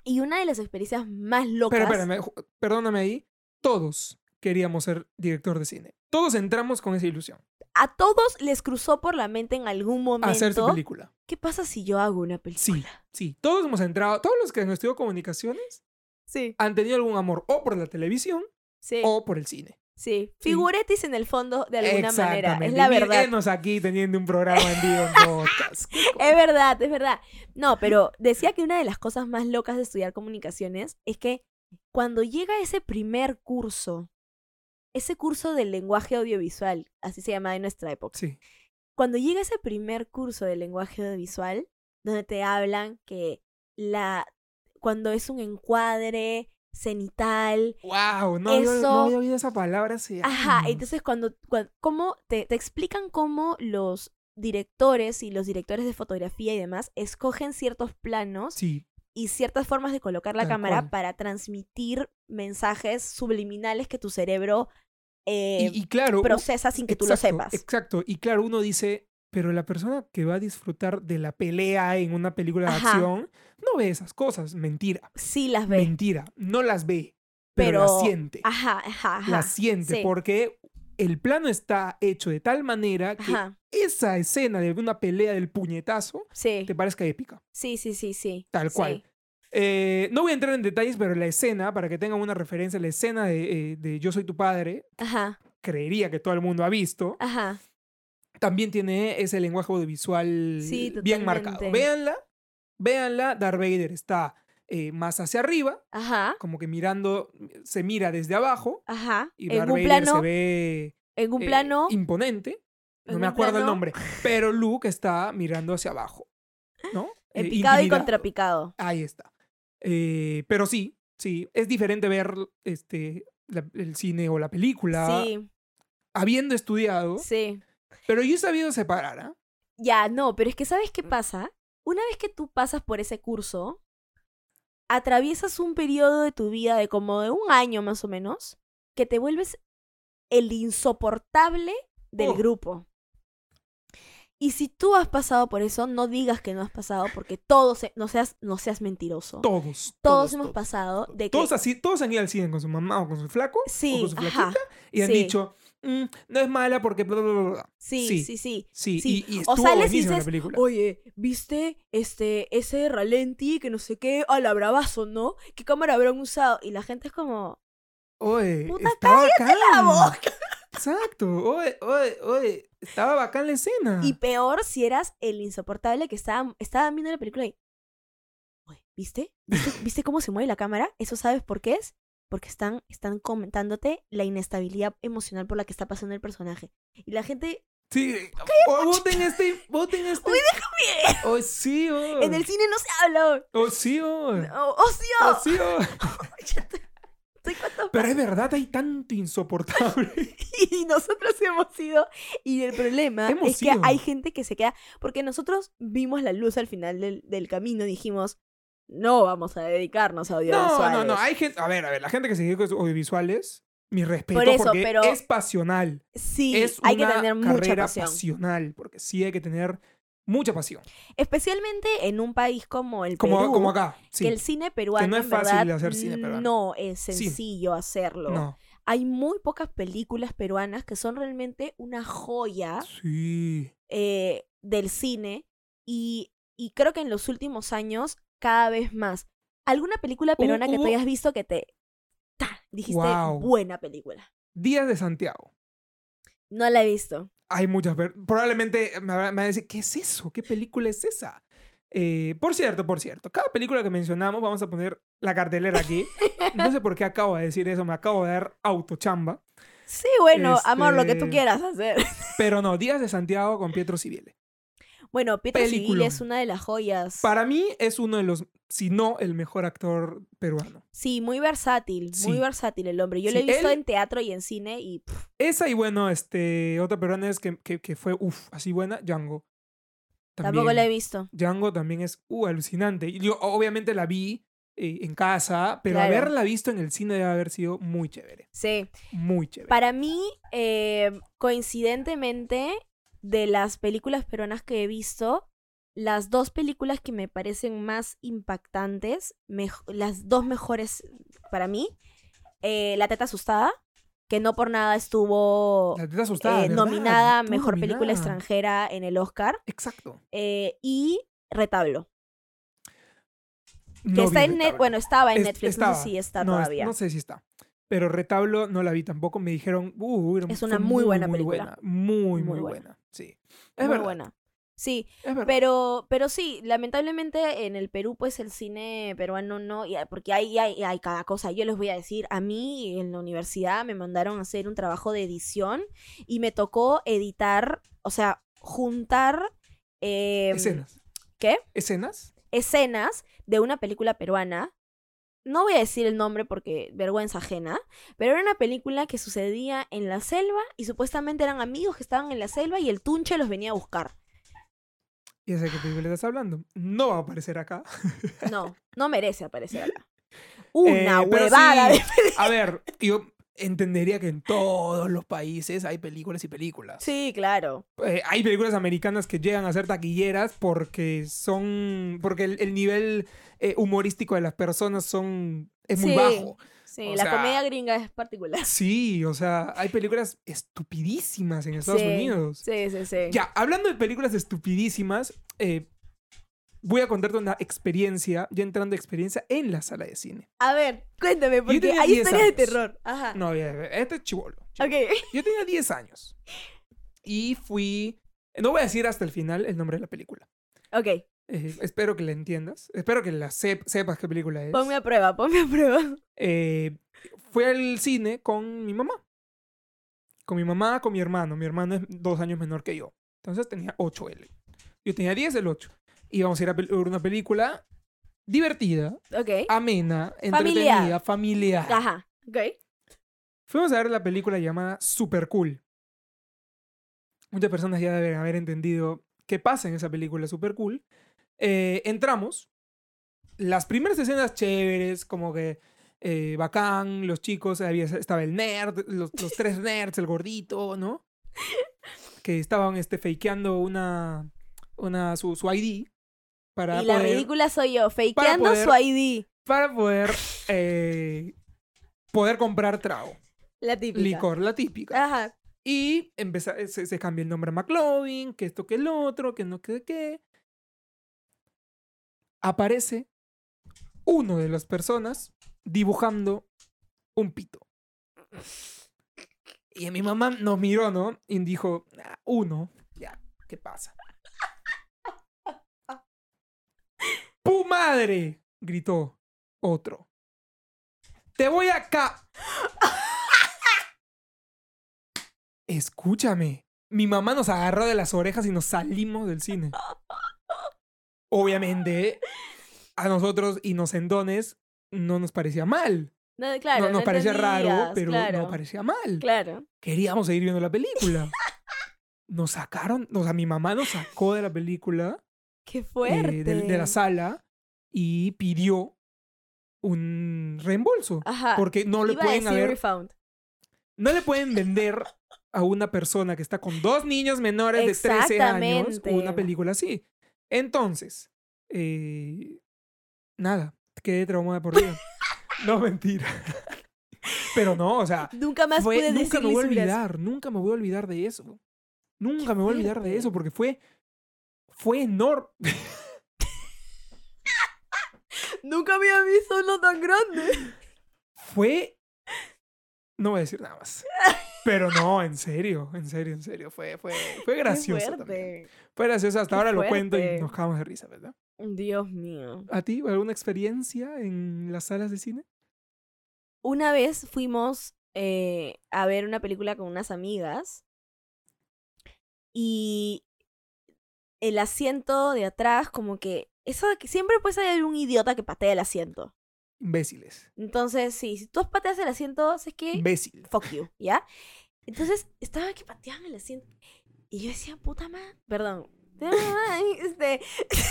S1: Y una de las experiencias más locas...
S2: Pero espérame, ju- perdóname ahí. Todos queríamos ser director de cine. Todos entramos con esa ilusión.
S1: a todos les cruzó por la mente en algún momento.
S2: a hacer su película.
S1: ¿qué pasa si yo hago una película?
S2: Sí, todos hemos entrado, todos los que han estudiado comunicaciones
S1: Sí.
S2: han tenido algún amor o por la televisión
S1: Sí,
S2: o por el cine.
S1: sí. Figuretis en el fondo de alguna manera. Es
S2: Exactamente.
S1: la verdad.
S2: Mírenos aquí
S1: [LAUGHS]
S2: teniendo un programa en vivo en podcast. Qué cosa.
S1: Es verdad, es verdad. No, pero decía que una de las cosas más locas de estudiar comunicaciones es que cuando llega ese primer curso, ese curso del lenguaje audiovisual, así se llamaba en nuestra época,
S2: Sí.
S1: cuando llega ese primer curso del lenguaje audiovisual, donde te hablan que la cuando es un encuadre cenital,
S2: Wow, no, había- no
S1: Eso-
S2: había oído esa palabra hace
S1: ajá,
S2: años.
S1: entonces cuando, cua- cómo te, te explican cómo los directores y los directores de fotografía y demás escogen ciertos planos
S2: Sí,
S1: y ciertas formas de colocar la
S2: Tal
S1: cámara
S2: cual.
S1: para transmitir mensajes subliminales que tu cerebro eh,
S2: y, y claro, u-
S1: procesa sin que tú lo
S2: exacto,
S1: sepas.
S2: Exacto, y claro, uno dice, pero la persona que va a disfrutar de la pelea en una película de
S1: Ajá.
S2: acción no ve esas cosas, mentira,
S1: Sí las ve.
S2: mentira, no las ve, pero,
S1: Pero-
S2: las siente,
S1: Ajá, ajá, ajá.
S2: las siente
S1: sí.
S2: porque el plano está hecho de tal manera que
S1: Ajá,
S2: esa escena de una pelea del puñetazo
S1: sí.
S2: te parezca épica,
S1: Sí, sí, sí, sí.
S2: tal
S1: sí.
S2: cual. Eh, no voy a entrar en detalles, pero la escena, para que tengan una referencia, la escena de, eh, de Yo Soy tu Padre,
S1: Ajá,
S2: creería que todo el mundo ha visto,
S1: ajá.
S2: también tiene ese lenguaje audiovisual
S1: Sí,
S2: bien marcado.
S1: totalmente.
S2: Véanla, véanla, Darth Vader está eh, más hacia arriba,
S1: Ajá,
S2: como que mirando, se mira desde abajo,
S1: ajá.
S2: y
S1: En
S2: Darth
S1: un
S2: Vader
S1: plano,
S2: se ve
S1: en un
S2: eh,
S1: plano,
S2: imponente, no
S1: en
S2: me
S1: un
S2: acuerdo el
S1: plano.
S2: nombre, pero Luke está mirando hacia abajo, ¿no?
S1: [LAUGHS] en
S2: Eh,
S1: picado y
S2: intimidado.
S1: contrapicado.
S2: Ahí está. Eh, pero sí, sí, es diferente ver este, la- el cine o la película
S1: Sí,
S2: habiendo estudiado,
S1: sí.
S2: pero yo he sabido separar, ¿ah?
S1: Ya, no, pero es que ¿sabes qué pasa? Una vez que tú pasas por ese curso, atraviesas un periodo de tu vida de como de un año más o menos, que te vuelves el insoportable del
S2: Oh.
S1: grupo. Y si tú has pasado por eso, no digas que no has pasado, porque todos, he- no seas, no seas mentiroso. Todos,
S2: Todos.
S1: hemos pasado de que...
S2: Todos, así, todos han ido al cine con su mamá o con su flaco o
S1: sí,
S2: con su flaquita
S1: ajá,
S2: y han
S1: sí.
S2: dicho, "Mm, no es mala porque... bla, bla, bla, bla".
S1: sí,
S2: Sí.
S1: sí, sí,
S2: Sí,
S1: Sí,
S2: y, y
S1: o
S2: estuvo
S1: sales y
S2: buenísima la
S1: dices,
S2: película.
S1: Oye, ¿viste este ese ralenti que no sé qué? A la bravazo, ¿no? ¿Qué cámara habrán usado? Y la gente es como,
S2: Oye,
S1: puta,
S2: estaba bacán.
S1: ¡la boca!
S2: Exacto. Oye, oye, oye, estaba bacán la escena.
S1: Y peor si eras el insoportable que estaba, estaba viendo la película y. "Oye, ¿viste? ¿Viste?
S2: [LAUGHS]
S1: ¿Viste cómo se mueve la cámara? ¿Eso sabes por qué es? Porque están, están comentándote la inestabilidad emocional por la que está pasando el personaje. Y la gente.
S2: Sí. Oh, voten este, voten este. Oh, sí, oh.
S1: En el cine no se habla.
S2: Oh, sí, oh.
S1: ¡Oh, oh, sí, oh".
S2: Oh, sí, oh.
S1: Estoy cuánto-
S2: Pues Pero es verdad, hay tanto
S1: [LAUGHS]
S2: insoportable.
S1: y nosotros hemos ido y el problema
S2: Hemos
S1: es que
S2: ido.
S1: hay gente que se queda porque nosotros vimos la luz al final del, del camino dijimos no vamos a dedicarnos a
S2: No,
S1: audiovisuales
S2: no, no. Hay gente. A ver, a ver, la gente que se dedica a los audiovisuales, mi respeto,
S1: Por eso,
S2: porque
S1: pero-
S2: es pasional.
S1: sí
S2: es
S1: hay que
S2: una
S1: tener mucha
S2: carrera
S1: pasión
S2: pasional, porque sí hay que tener mucha pasión.
S1: especialmente en un país como el
S2: Como,
S1: Perú
S2: como acá. Sí.
S1: que el cine peruano
S2: no es
S1: en
S2: fácil
S1: verdad,
S2: hacer cine peruano.
S1: no es
S2: Sí.
S1: sencillo hacerlo
S2: No.
S1: hay muy pocas películas peruanas que son realmente una joya
S2: Sí.
S1: eh, del cine y, y creo que en los últimos años cada vez más. ¿Alguna película
S2: Hubo-
S1: peruana que tú
S2: hubo-
S1: hayas visto que te ta, dijiste
S2: Guau.
S1: buena película?
S2: Días de Santiago.
S1: No la he visto.
S2: Hay muchas. ver- Probablemente me va- me van a decir, ¿qué es eso? ¿Qué película es esa? Eh, por cierto, por cierto, cada película que mencionamos, vamos a poner la cartelera
S1: [LAUGHS]
S2: aquí. No sé por qué acabo de decir eso, me acabo de dar autochamba.
S1: Sí, bueno, amor, lo que tú
S2: Este-
S1: quieras hacer. [LAUGHS]
S2: Pero no, Días de Santiago con Pietro Civile.
S1: Bueno, Pietro Civil
S2: Peliculón.
S1: es una de las joyas.
S2: Para mí es uno de los, si no el mejor actor peruano.
S1: Sí, muy versátil, muy
S2: Sí.
S1: versátil el hombre. Yo lo
S2: Sí,
S1: he visto
S2: él-
S1: en teatro y en cine y pff,
S2: Esa y bueno, este, otra peruana es que, que, que fue, uff, así buena, Django.
S1: tampoco
S2: También.
S1: la he visto.
S2: Django también es uh, alucinante. Y Yo obviamente la vi eh, en casa, pero
S1: Claro.
S2: haberla visto en el cine debe haber sido muy chévere.
S1: Sí.
S2: Muy chévere.
S1: Para mí, eh, coincidentemente, de las películas peruanas que he visto, las dos películas que me parecen más impactantes, mej- las dos mejores para mí, eh, La Teta Asustada, que no por nada estuvo
S2: La teta asustada.
S1: eh,
S2: ¿verdad?
S1: nominada a
S2: Estuvo
S1: Mejor Película
S2: nominada.
S1: Extranjera en el Oscar,
S2: Exacto.
S1: eh, y Retablo, que
S2: No
S1: está
S2: vi
S1: en Net-
S2: Retablo.
S1: bueno, estaba en
S2: Es-
S1: Netflix, no
S2: estaba.
S1: sé si está
S2: No, es-
S1: todavía.
S2: No sé si está. Pero Retablo no la vi tampoco. Me dijeron, uh, era-
S1: Es una
S2: fue
S1: muy buena película.
S2: buena, muy, muy,
S1: Muy
S2: buena.
S1: buena.
S2: Sí. Es
S1: muy
S2: verdad.
S1: buena. Sí,
S2: Es verdad.
S1: Pero, pero sí, lamentablemente en el Perú, pues el cine peruano no, y- ah, porque hay, hay, hay cada cosa. Yo les voy a decir, a mí en la universidad me mandaron a hacer un trabajo de edición y me tocó editar, o sea, juntar eh,
S2: Escenas.
S1: ¿qué?
S2: ¿Escenas?
S1: escenas de una película peruana. No voy a decir el nombre porque vergüenza ajena, pero era una película que sucedía en la selva y supuestamente eran amigos que estaban en la selva y el Tunche los venía a buscar.
S2: Ya sé qué película estás hablando. No va a aparecer acá.
S1: No, no merece aparecer
S2: [LAUGHS]
S1: acá. Una
S2: Eh, pero
S1: huevada
S2: sí,
S1: de- [LAUGHS]
S2: A ver, yo entendería que en todos los países hay películas y películas.
S1: Sí, claro.
S2: Eh, hay películas americanas que llegan a ser taquilleras porque son. porque el, el nivel eh, humorístico de las personas son. es muy
S1: Sí.
S2: bajo.
S1: Sí,
S2: O
S1: la
S2: sea,
S1: comedia gringa es
S2: [LAUGHS]
S1: particular.
S2: Sí, o sea, hay películas estupidísimas en Estados
S1: Sí,
S2: Unidos.
S1: Sí, sí, sí.
S2: Ya, hablando de películas estupidísimas, eh, voy a contarte una experiencia, ya entrando de experiencia en la sala de cine.
S1: A ver, cuéntame, porque
S2: tenía
S1: hay
S2: 10
S1: historias de
S2: años.
S1: terror. Ajá.
S2: No, ya, ya, este es chivolo.
S1: Ok. [LAUGHS]
S2: Yo tenía 10 años. Y fui. No voy a decir hasta el final el nombre de la película.
S1: Ok.
S2: Eh, espero que la entiendas. Espero que la sep- sepas qué película es.
S1: Ponme a prueba, ponme a prueba. [LAUGHS]
S2: Eh, fui al cine con mi mamá. Con mi mamá, con mi hermano. Mi hermano es dos años menor que yo. Entonces tenía 8 él. Yo tenía 10, el 8. Y vamos a ir a pel- ver una película divertida,
S1: Ok.
S2: amena,
S1: Familiar.
S2: entretenida, familiar.
S1: Ajá. Ok.
S2: Fuimos a ver la película llamada Super Cool. Muchas personas ya deben haber entendido qué pasa en esa película Super Cool. Eh, entramos. Las primeras escenas chéveres, como que eh, bacán, los chicos, había, estaba el nerd, los,
S1: [LAUGHS]
S2: los tres nerds, el gordito, ¿no? Que estaban este, fakeando una, una, su, su ID para
S1: Y la
S2: poder-
S1: ridícula soy yo, fakeando
S2: poder-
S1: su ID.
S2: para poder, eh, poder comprar trago,
S1: La típica.
S2: licor, la típica.
S1: Ajá.
S2: Y empeza- eh, se, se cambia el nombre a McLovin, que esto, que el otro, que no, que qué. Aparece uno de las personas dibujando un pito. Y mi mamá nos miró, ¿no? Y dijo, "Ah, uno, ya, ¿qué pasa? ¡Pu madre! gritó otro. ¡Te voy acá! Escúchame. Mi mamá nos agarró de las orejas y nos salimos del cine. Obviamente, a nosotros inocentes no nos parecía mal.
S1: No, claro.
S2: no nos parecía raro,
S1: entendías,
S2: pero
S1: claro,
S2: no parecía mal.
S1: Claro.
S2: Queríamos seguir viendo la película. Nos sacaron, o sea, mi mamá nos sacó de la película,
S1: Qué
S2: eh,
S1: fuerte.
S2: del- de, la sala, y pidió un reembolso.
S1: Ajá.
S2: Porque no le
S1: Iba a
S2: pueden
S1: decir
S2: haber
S1: refound.
S2: no le pueden vender a una persona que está con dos niños menores de 13 años
S1: Exactamente.
S2: una película así. Entonces, eh, nada, quedé traumada por
S1: [LAUGHS]
S2: vida. No, mentira. Pero no, o sea,
S1: Nunca más
S2: fue-
S1: pude
S2: nunca me voy a
S1: decirle su
S2: olvidar, nunca me voy a olvidar de eso. Nunca me voy a olvidar de
S1: fuerte.
S2: eso porque fue, fue enorme.
S1: Nunca había visto uno tan grande.
S2: fue. No voy a decir nada
S1: [LAUGHS]
S2: más. Pero no, en serio, en serio, en serio. Fue, fue, fue gracioso.
S1: Qué
S2: también.
S1: fuerte.
S2: Fue gracioso. Hasta
S1: Qué
S2: ahora lo cuento y
S1: fuerte.
S2: nos cagamos de risa, ¿verdad?
S1: Dios mío.
S2: ¿A ti alguna experiencia en las salas de cine?
S1: Una vez fuimos eh, a ver una película con unas amigas y el asiento de atrás como que eso de que siempre pues hay un idiota que patea el asiento.
S2: Imbéciles.
S1: Entonces, sí, si tú pateas el asiento, es que
S2: Imbécil.
S1: fuck you, ¿ya? Entonces, estaba que pateaban el asiento. Y yo decía, puta madre, perdón. [LAUGHS] Este... [LAUGHS]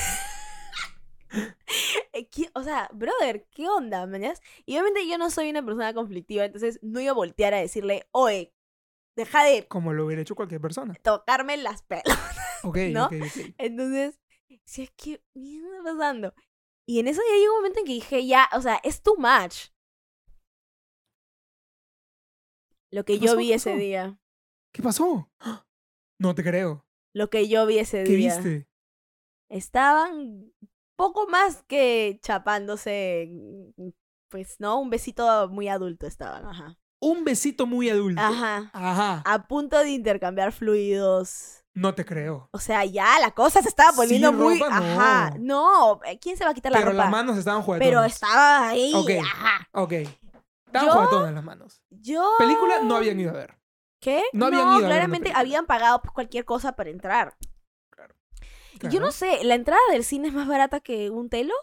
S1: Eh, ¿qué- O sea, brother, ¿qué onda, mañas? Y obviamente yo no soy una persona conflictiva, entonces no iba a voltear a decirle, oye, deja de
S2: Como lo hubiera hecho cualquier persona.
S1: tocarme las pelas.
S2: Ok,
S1: [LAUGHS] ¿No?
S2: ok, ok.
S1: Entonces, decía, ¿qué mierda está pasando? Y en eso ya llegó un momento en que dije, ya, o sea, es too much. Lo que
S2: ¿Qué
S1: yo
S2: pasó?
S1: vi
S2: ¿Qué
S1: ese
S2: pasó?
S1: día.
S2: ¿Qué pasó? [GASPS] ¡Ah! No te creo.
S1: lo que yo vi ese
S2: ¿Qué
S1: día.
S2: viste?
S1: Estaban poco más que chapándose en- pues no, un besito muy adulto estaban, ajá.
S2: Un besito muy adulto.
S1: Ajá. Ah.
S2: Ajá.
S1: A punto de intercambiar fluidos.
S2: No te creo.
S1: O sea, ya la cosa se estaba
S2: Sí,
S1: poniendo muy.
S2: ropa, no.
S1: Ajá. No, eh, ¿quién se va a quitar la
S2: Pero
S1: ropa?
S2: las manos estaban jugando.
S1: Pero estaba ahí.
S2: Ok.
S1: Ajá.
S2: Ok. Estaban
S1: Yo-
S2: juguetonas las manos.
S1: Yo.
S2: Película no habían ido a ver.
S1: ¿Qué?
S2: no habían ido a ver una
S1: claramente
S2: película.
S1: habían pagado pues, cualquier cosa para entrar. Y Yo
S2: Claro.
S1: no sé, ¿la entrada del cine es más barata que un telo?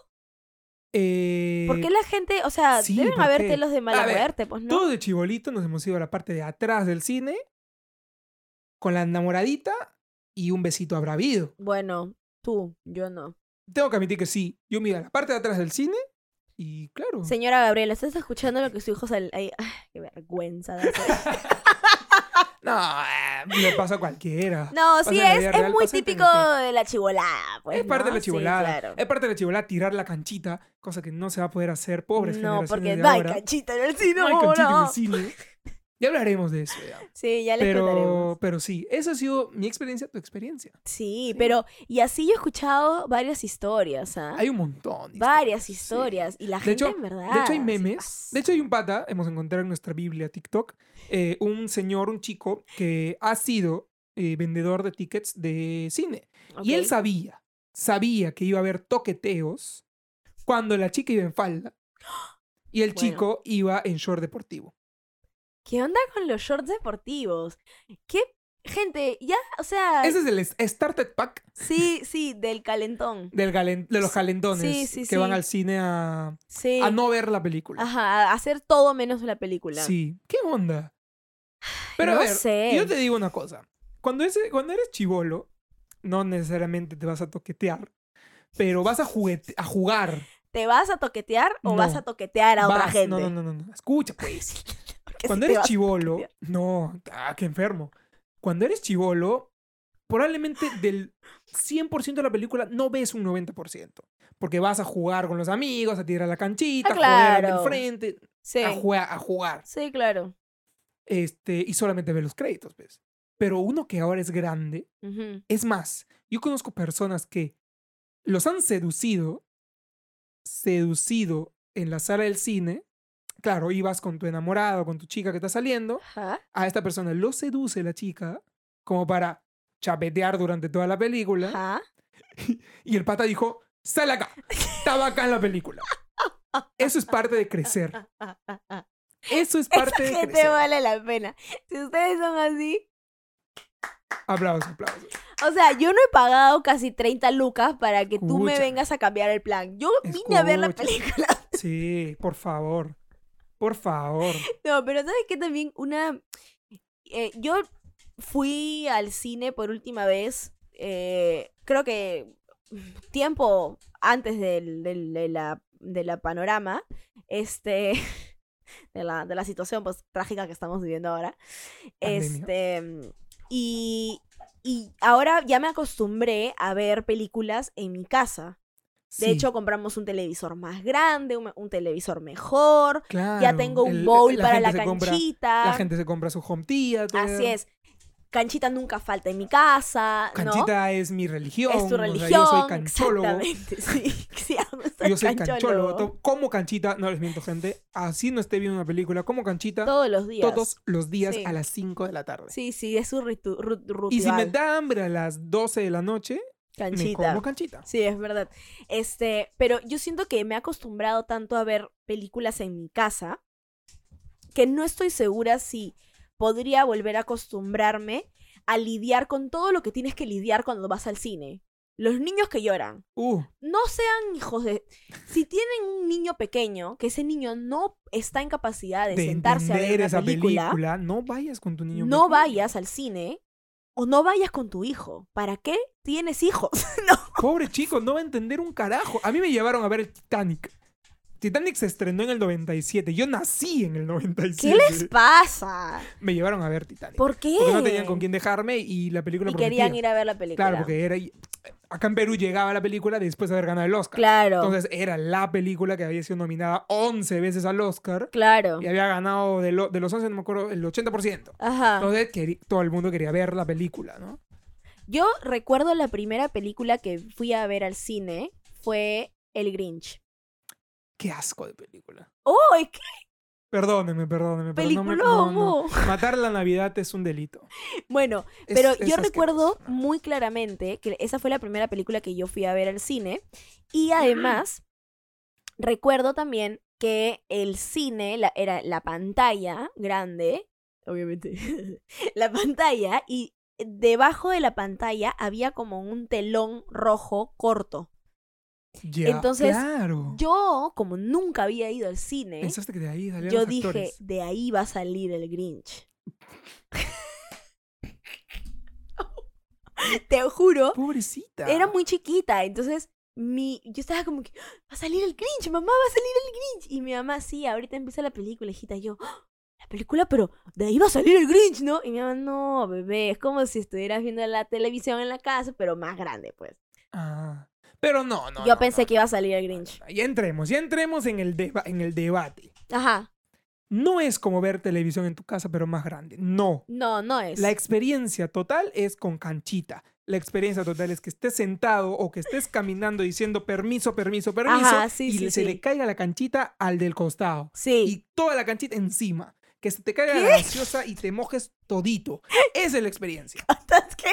S2: Eh,
S1: ¿Por qué la gente, o sea,
S2: sí,
S1: deben
S2: ¿por
S1: haber
S2: qué?
S1: telos de mala
S2: A ver,
S1: muerte? Pues no.
S2: Todos de chibolito nos hemos ido a la parte de atrás del cine con la enamoradita y un besito habrá habido.
S1: Bueno, tú, yo no.
S2: Tengo que admitir que sí. Yo me iba a la parte de atrás del cine y claro.
S1: Señora Gabriela, ¿estás escuchando lo que su hijo sal... ay, ay, qué vergüenza de
S2: [LAUGHS]
S1: hacer.
S2: No, eh, le pasa a cualquiera.
S1: No,
S2: Pasa
S1: sí,
S2: en la
S1: es,
S2: vida
S1: es
S2: real,
S1: muy
S2: pasa en
S1: típico
S2: TNT.
S1: de la chivolada. Pues,
S2: es parte
S1: ¿no?
S2: de la
S1: Sí,
S2: chivolada.
S1: claro.
S2: Es parte de la chivolada tirar la canchita, cosa que no se va a poder hacer, pobres
S1: No,
S2: generaciones
S1: porque
S2: de
S1: no hay
S2: ahora.
S1: canchita en el cine.
S2: No hay
S1: ¿cómo
S2: canchita en
S1: no?
S2: el cine.
S1: [LAUGHS]
S2: Ya hablaremos de eso, ya.
S1: Sí, ya les contaremos.
S2: Pero, pero sí, esa ha sido mi experiencia, tu experiencia.
S1: Sí, pero. Y así yo he escuchado varias historias, ¿ah?
S2: Hay un montón. de
S1: varias
S2: sí.
S1: historias. Y la
S2: De
S1: gente,
S2: hecho-
S1: en verdad. ah,
S2: De hecho, hay
S1: se
S2: memes.
S1: pasa.
S2: Ah, De hecho, hay un pata, hemos encontrado en nuestra Biblia TikTok, eh, un señor, un chico, que ha sido eh, vendedor de tickets de cine. Y él
S1: Ok.
S2: sabía, sabía que iba a haber toqueteos cuando la chica iba en falda y el
S1: Bueno.
S2: chico iba en short deportivo.
S1: ¿Qué onda con los shorts deportivos? ¿Qué. Gente, ya, o sea.
S2: Ese es el es- starter pack
S1: Sí, sí, del calentón.
S2: del galen- de los calentones
S1: Sí, sí,
S2: que
S1: sí.
S2: van al cine a,
S1: Sí.
S2: a no ver la película.
S1: Ajá, a hacer todo menos la película.
S2: Sí, ¿qué onda? Pero
S1: no
S2: a ver,
S1: sé.
S2: yo te digo una cosa. Cuando, ese, cuando eres chivolo, no necesariamente te vas a toquetear, pero vas a, juguete- a jugar.
S1: ¿Te vas a toquetear o
S2: No.
S1: vas a toquetear a otra
S2: Vas-
S1: gente?
S2: No, no, no, no, no. Escucha, pues.
S1: [LAUGHS] Porque
S2: Cuando
S1: si te
S2: eres
S1: vas a
S2: chivolo,
S1: toquetear.
S2: no, ah, qué enfermo. Cuando eres chivolo, probablemente del 100% de la película no ves un 90%, porque vas a jugar con los amigos, a tirar a la canchita,
S1: Ah,
S2: a jugar
S1: claro.
S2: al del frente,
S1: Sí.
S2: a, jugar, a jugar.
S1: Sí, claro.
S2: Este, y solamente ves los créditos, pues. Pero uno que ahora es grande,
S1: Ujú.
S2: es más, yo conozco personas que los han seducido, seducido en la sala del cine. Claro, ibas con tu enamorado, con tu chica que está saliendo,
S1: Ajá.
S2: a esta persona lo seduce la chica como para chapetear durante toda la película.
S1: Ajá. [LAUGHS]
S2: Y el pata dijo, sal acá, estaba acá en la película. Eso es parte de crecer. Eso es parte de
S1: Que
S2: crecer.
S1: te vale la pena. Si ustedes son así.
S2: Aplausos, aplausos.
S1: O sea, yo no he pagado casi 30 lucas para que tú me
S2: Escúchame.
S1: vengas a cambiar el plan. Yo vine a ver la
S2: Escúchame.
S1: película.
S2: Sí, por favor. Por favor.
S1: No, pero ¿sabes qué? También una... eh, yo fui al cine por última vez, eh, creo que tiempo antes del, del- de, la, de la panorama, este... [LAUGHS] De la, de la situación pues, trágica que estamos viviendo ahora.
S2: Pandemia.
S1: Este, y, y ahora ya me acostumbré a ver películas en mi casa. De
S2: Sí,
S1: hecho, compramos un televisor más grande, un- un televisor mejor, ya
S2: claro,
S1: tengo un
S2: el-
S1: bowl para
S2: gente
S1: la
S2: se compra-
S1: canchita.
S2: la gente se compra su home theater.
S1: Así es. Canchita nunca falta en mi casa, ¿no?
S2: Canchita es mi religión.
S1: Es tu
S2: o sea,
S1: religión.
S2: yo soy canchólogo.
S1: Exactamente, [LAUGHS] sí. Sí, amo ser
S2: Yo soy canchólogo.
S1: canchólogo.
S2: to- Como canchita, no les miento, gente. Así no esté viendo una película, como canchita
S1: Todos los días.
S2: todos los días
S1: Sí.
S2: a las 5 de la tarde.
S1: Sí, sí, es su ritu- ru-
S2: Y si me
S1: ritual.
S2: da hambre a las 12 de la noche, me
S1: Canchita.
S2: como canchita.
S1: Sí, es verdad. Este, pero yo siento que me he acostumbrado tanto a ver películas en mi casa que no estoy segura si podría volver a acostumbrarme a lidiar con todo lo que tienes que lidiar cuando vas al cine. Los niños que lloran.
S2: Uh,
S1: No sean hijos de... Si tienen un niño pequeño, que ese niño no está en capacidad de,
S2: de
S1: sentarse a ver
S2: entender
S1: una
S2: esa película,
S1: película
S2: no vayas con tu niño.
S1: no
S2: pequeño.
S1: vayas al cine o no vayas con tu hijo. ¿Para qué tienes hijos? [LAUGHS]
S2: Pobre chico, no va a entender un carajo. A mí me llevaron a ver el Titanic. Titanic se estrenó en el 97. Yo nací en el 97.
S1: ¿Qué les pasa?
S2: Me llevaron a ver Titanic.
S1: ¿Por qué?
S2: Porque no tenían con quién dejarme y la película
S1: Y
S2: prometía.
S1: querían ir a ver la película.
S2: Claro, porque era. Acá en Perú llegaba la película después de haber ganado el Oscar.
S1: Claro,
S2: Entonces era la película que había sido nominada 11 veces al Oscar
S1: claro.
S2: y había ganado de, lo- de los 11, no me acuerdo, el 80%.
S1: Ajá.
S2: Entonces queri- todo el mundo quería ver la película, ¿no?
S1: Yo recuerdo la primera película que fui a ver al cine fue El Grinch.
S2: Qué asco de película.
S1: ¡Oh! ¡Qué
S2: Perdóneme, perdóneme. pero no me- no,
S1: peliculón!
S2: no.
S1: oh.
S2: Matar la Navidad es un delito.
S1: [LAUGHS] Bueno,
S2: Es-
S1: pero
S2: es
S1: yo recuerdo
S2: asqueroso.
S1: muy claramente que esa fue la primera película que yo fui a ver al cine. Y además, recuerdo también que el cine la- era la pantalla grande, obviamente, [LAUGHS] la pantalla, y debajo de la pantalla había como un telón rojo corto.
S2: Ya,
S1: Entonces,
S2: claro.
S1: Yo, como nunca había ido al cine,
S2: Pensaste que de ahí salían
S1: yo
S2: los
S1: dije,
S2: actores.
S1: de ahí va a salir el
S2: [LAUGHS]
S1: Grinch. Te juro,
S2: Pobrecita.
S1: era muy chiquita, entonces mi, yo estaba como que, "Ah, va a salir el Grinch, mamá, va a salir el Grinch. Y mi mamá, sí, ahorita empieza la película, hijita, Y yo, "Ah, la película, pero de ahí va a salir el Grinch, ¿no? Y mi mamá, no, bebé, es como si estuvieras viendo la televisión en la casa, pero más grande, pues.
S2: Ah, pero no, no.
S1: yo
S2: no,
S1: pensé
S2: no,
S1: que iba a salir el Grinch.
S2: no. Ya entremos, ya entremos en el, deba- en el debate.
S1: Ajá,
S2: No es como ver televisión en tu casa, pero más grande. No.
S1: no, no es.
S2: La experiencia total es con canchita. La experiencia total es que estés sentado o que estés caminando diciendo permiso, permiso, permiso.
S1: Ajá, sí,
S2: y
S1: sí,
S2: se
S1: sí.
S2: le caiga la canchita al del costado.
S1: Sí. [LAUGHS]
S2: y toda la canchita encima. Que se te caiga
S1: ¿Qué?
S2: la gaseosa y te mojes todito.
S1: [LAUGHS]
S2: Esa es la experiencia.
S1: ¿Estás qué?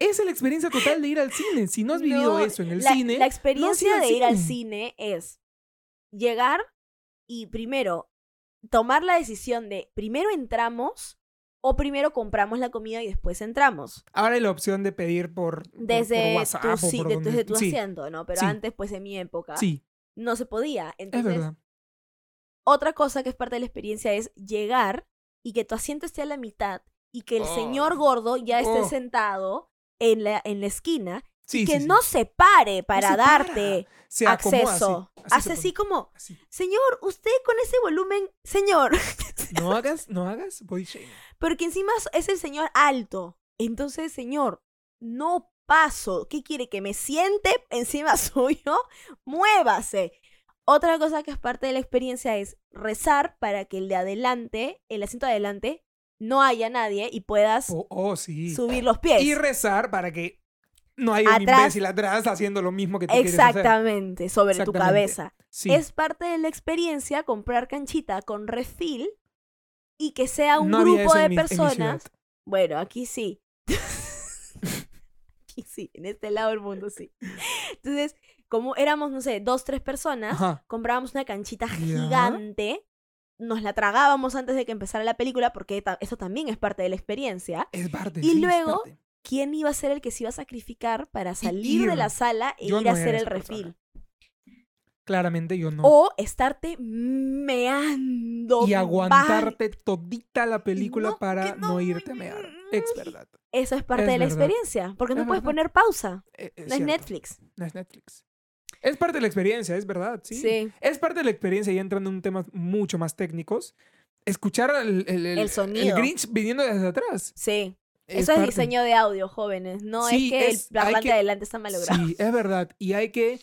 S2: Esa es la experiencia total de ir al cine. Si no has vivido
S1: No,
S2: eso en el
S1: la,
S2: cine,
S1: La experiencia
S2: al
S1: de ir al
S2: cine.
S1: cine es llegar y primero tomar la decisión de primero entramos o primero compramos la comida y después entramos.
S2: ahora hay la opción de pedir por, por- por
S1: Desde
S2: WhatsApp
S1: tu,
S2: o
S1: si-
S2: por
S1: de-
S2: donde-
S1: desde tu
S2: sí,
S1: asiento, ¿no? Pero
S2: Sí.
S1: antes, pues en mi época,
S2: Sí,
S1: no se podía.
S2: es
S1: Entonces,
S2: verdad.
S1: otra cosa que es parte de la experiencia es llegar y que tu asiento esté a la mitad y que el
S2: Oh.
S1: señor gordo ya esté
S2: Oh.
S1: sentado en la, en la esquina
S2: Sí,
S1: y
S2: sí,
S1: que
S2: sí.
S1: no se pare para
S2: se para.
S1: darte.
S2: Se acomoda así,
S1: acceso.
S2: se
S1: Hace así como,
S2: pone, así.
S1: señor, usted con ese volumen, señor, [LAUGHS]
S2: No hagas, no hagas body shaming.
S1: porque encima es el señor alto. Entonces, señor, no paso. ¿Qué quiere? ¿Que me siente encima [LAUGHS] suyo? Muévase. Otra cosa que es parte de la experiencia es rezar para que el de adelante, el asiento de adelante, no haya nadie y puedas
S2: Oh, oh, sí.
S1: subir los pies.
S2: Y rezar para que no haya un
S1: Atrás.
S2: imbécil atrás haciendo lo mismo que tú quieres hacer.
S1: Exactamente, sobre tu
S2: Exactamente.
S1: cabeza.
S2: Sí.
S1: Es parte de la experiencia comprar canchita con refil y que sea un
S2: No había
S1: grupo
S2: eso en
S1: de
S2: mi- en mi ciudad.
S1: personas. Bueno, aquí sí. [LAUGHS] aquí sí, en este lado del mundo sí. Entonces, como éramos, no sé, dos, tres personas,
S2: Ajá.
S1: comprábamos una canchita
S2: Ya.
S1: gigante, nos la tragábamos antes de que empezara la película, porque ta- eso también es parte de la experiencia.
S2: Es parte.
S1: Y
S2: sí, es
S1: luego,
S2: parte.
S1: ¿Quién iba a ser el que se iba a sacrificar para salir
S2: ir.
S1: de la sala e
S2: Yo
S1: ir
S2: no
S1: a
S2: era
S1: hacer el
S2: esa
S1: refil?
S2: persona. Claramente yo no.
S1: O estarte meando.
S2: y
S1: va-
S2: aguantarte todita la película
S1: no,
S2: para
S1: que
S2: no,
S1: no,
S2: irte a
S1: mm,
S2: mear. Es verdad.
S1: Eso es parte
S2: Es
S1: de la
S2: verdad.
S1: experiencia. Porque no
S2: Es
S1: puedes
S2: verdad.
S1: poner pausa.
S2: Eh, eh,
S1: No es
S2: cierto.
S1: Netflix.
S2: No es Netflix. Es parte de la experiencia, es verdad, sí. Es parte de la experiencia y entrando en temas mucho más técnicos. Escuchar el, el, el-
S1: El sonido.
S2: Grinch viniendo desde atrás.
S1: Sí.
S2: es
S1: Eso es
S2: parte.
S1: diseño de audio, jóvenes. No es
S2: Sí,
S1: que
S2: es-
S1: el
S2: hay
S1: parlante
S2: que-
S1: de adelante está malogrado.
S2: Sí, es verdad. Y hay que.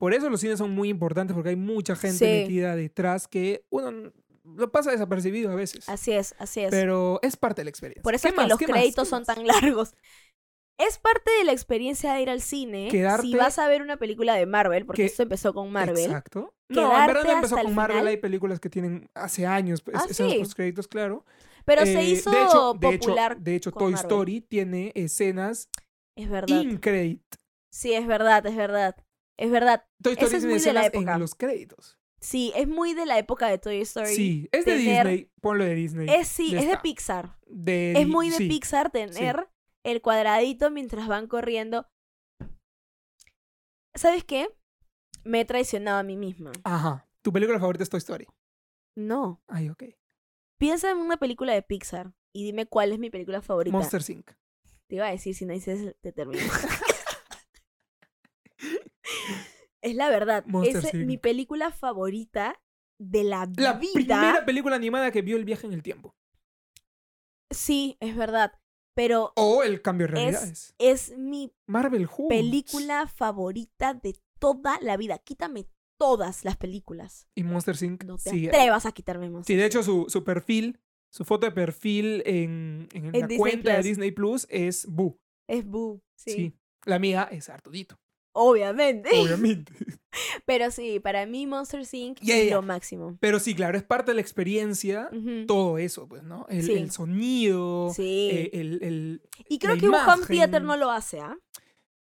S2: Por eso los cines son muy importantes porque hay mucha gente
S1: Sí.
S2: metida detrás que uno n- lo pasa desapercibido a veces.
S1: Así es, así es.
S2: Pero es parte de la experiencia.
S1: Por eso
S2: ¿Qué
S1: es que
S2: más?
S1: los
S2: ¿Qué más?
S1: créditos
S2: ¿Qué
S1: son
S2: más?
S1: tan largos. Es parte de la experiencia de ir al cine. Si
S2: Quedarte-
S1: vas a ver una película de Marvel, porque
S2: Que-
S1: esto empezó con Marvel.
S2: Exacto. No, en
S1: Quedarte
S2: verdad no empezó
S1: hasta el
S2: con Marvel.
S1: final.
S2: Hay películas que tienen hace años pues,
S1: Ah,
S2: escenas
S1: sí.
S2: postcréditos, claro.
S1: Pero
S2: Eh,
S1: se hizo
S2: de hecho, de hecho-
S1: popular.
S2: De hecho,
S1: con
S2: Toy
S1: Marvel.
S2: Story tiene escenas
S1: Es verdad.
S2: in-credit.
S1: Sí, es verdad, es verdad. Es verdad.
S2: Toy Story
S1: Ese es
S2: tiene
S1: muy de la
S2: escenas
S1: época.
S2: en los créditos.
S1: Sí, es muy de la época de Toy Story.
S2: Sí, es de
S1: Tener-
S2: Disney. Ponlo de Disney.
S1: Es, sí,
S2: Ya
S1: es de
S2: está.
S1: Pixar.
S2: De
S1: Es
S2: Di-
S1: muy de
S2: sí.
S1: Pixar tener el cuadradito mientras van corriendo. ¿Sabes qué? Me he traicionado a mí misma.
S2: Ajá. ¿Tu película favorita es Toy Story?
S1: No.
S2: Ay, ok.
S1: Piensa en una película de Pixar y dime cuál es mi película favorita.
S2: Monster Inc.
S1: Te iba a decir, si no dices, te
S2: [LAUGHS]
S1: termino. es la verdad.
S2: Monsters,
S1: es
S2: Inc.
S1: mi película favorita de la,
S2: La
S1: vida.
S2: primera película animada que vio el viaje en el tiempo.
S1: Sí, es verdad. Pero
S2: O el cambio de realidades.
S1: es mi
S2: Marvel Who.
S1: película favorita de toda la vida. Quítame todas las películas.
S2: Y Monster Inc.
S1: No te
S2: sigue ahí.
S1: atrevas a quitarme más.
S2: Sí, de hecho, su, su perfil, su foto de perfil en, en la
S1: Disney
S2: cuenta de
S1: Plus.
S2: Disney Plus es Boo.
S1: Es Boo.
S2: Sí.
S1: Sí. [LAUGHS]
S2: La mía es Artudito.
S1: obviamente.
S2: obviamente.
S1: [LAUGHS] Pero sí, para mí Monster Inc.
S2: Ya,
S1: es
S2: ya,
S1: lo
S2: ya.
S1: máximo.
S2: Pero sí, claro, es parte de la experiencia
S1: Ujú.
S2: todo eso, pues, ¿no? El,
S1: Sí.
S2: el sonido,
S1: Sí.
S2: eh, el, el-
S1: y creo
S2: la
S1: que un home
S2: imagen.
S1: theater no lo hace, ¿ah?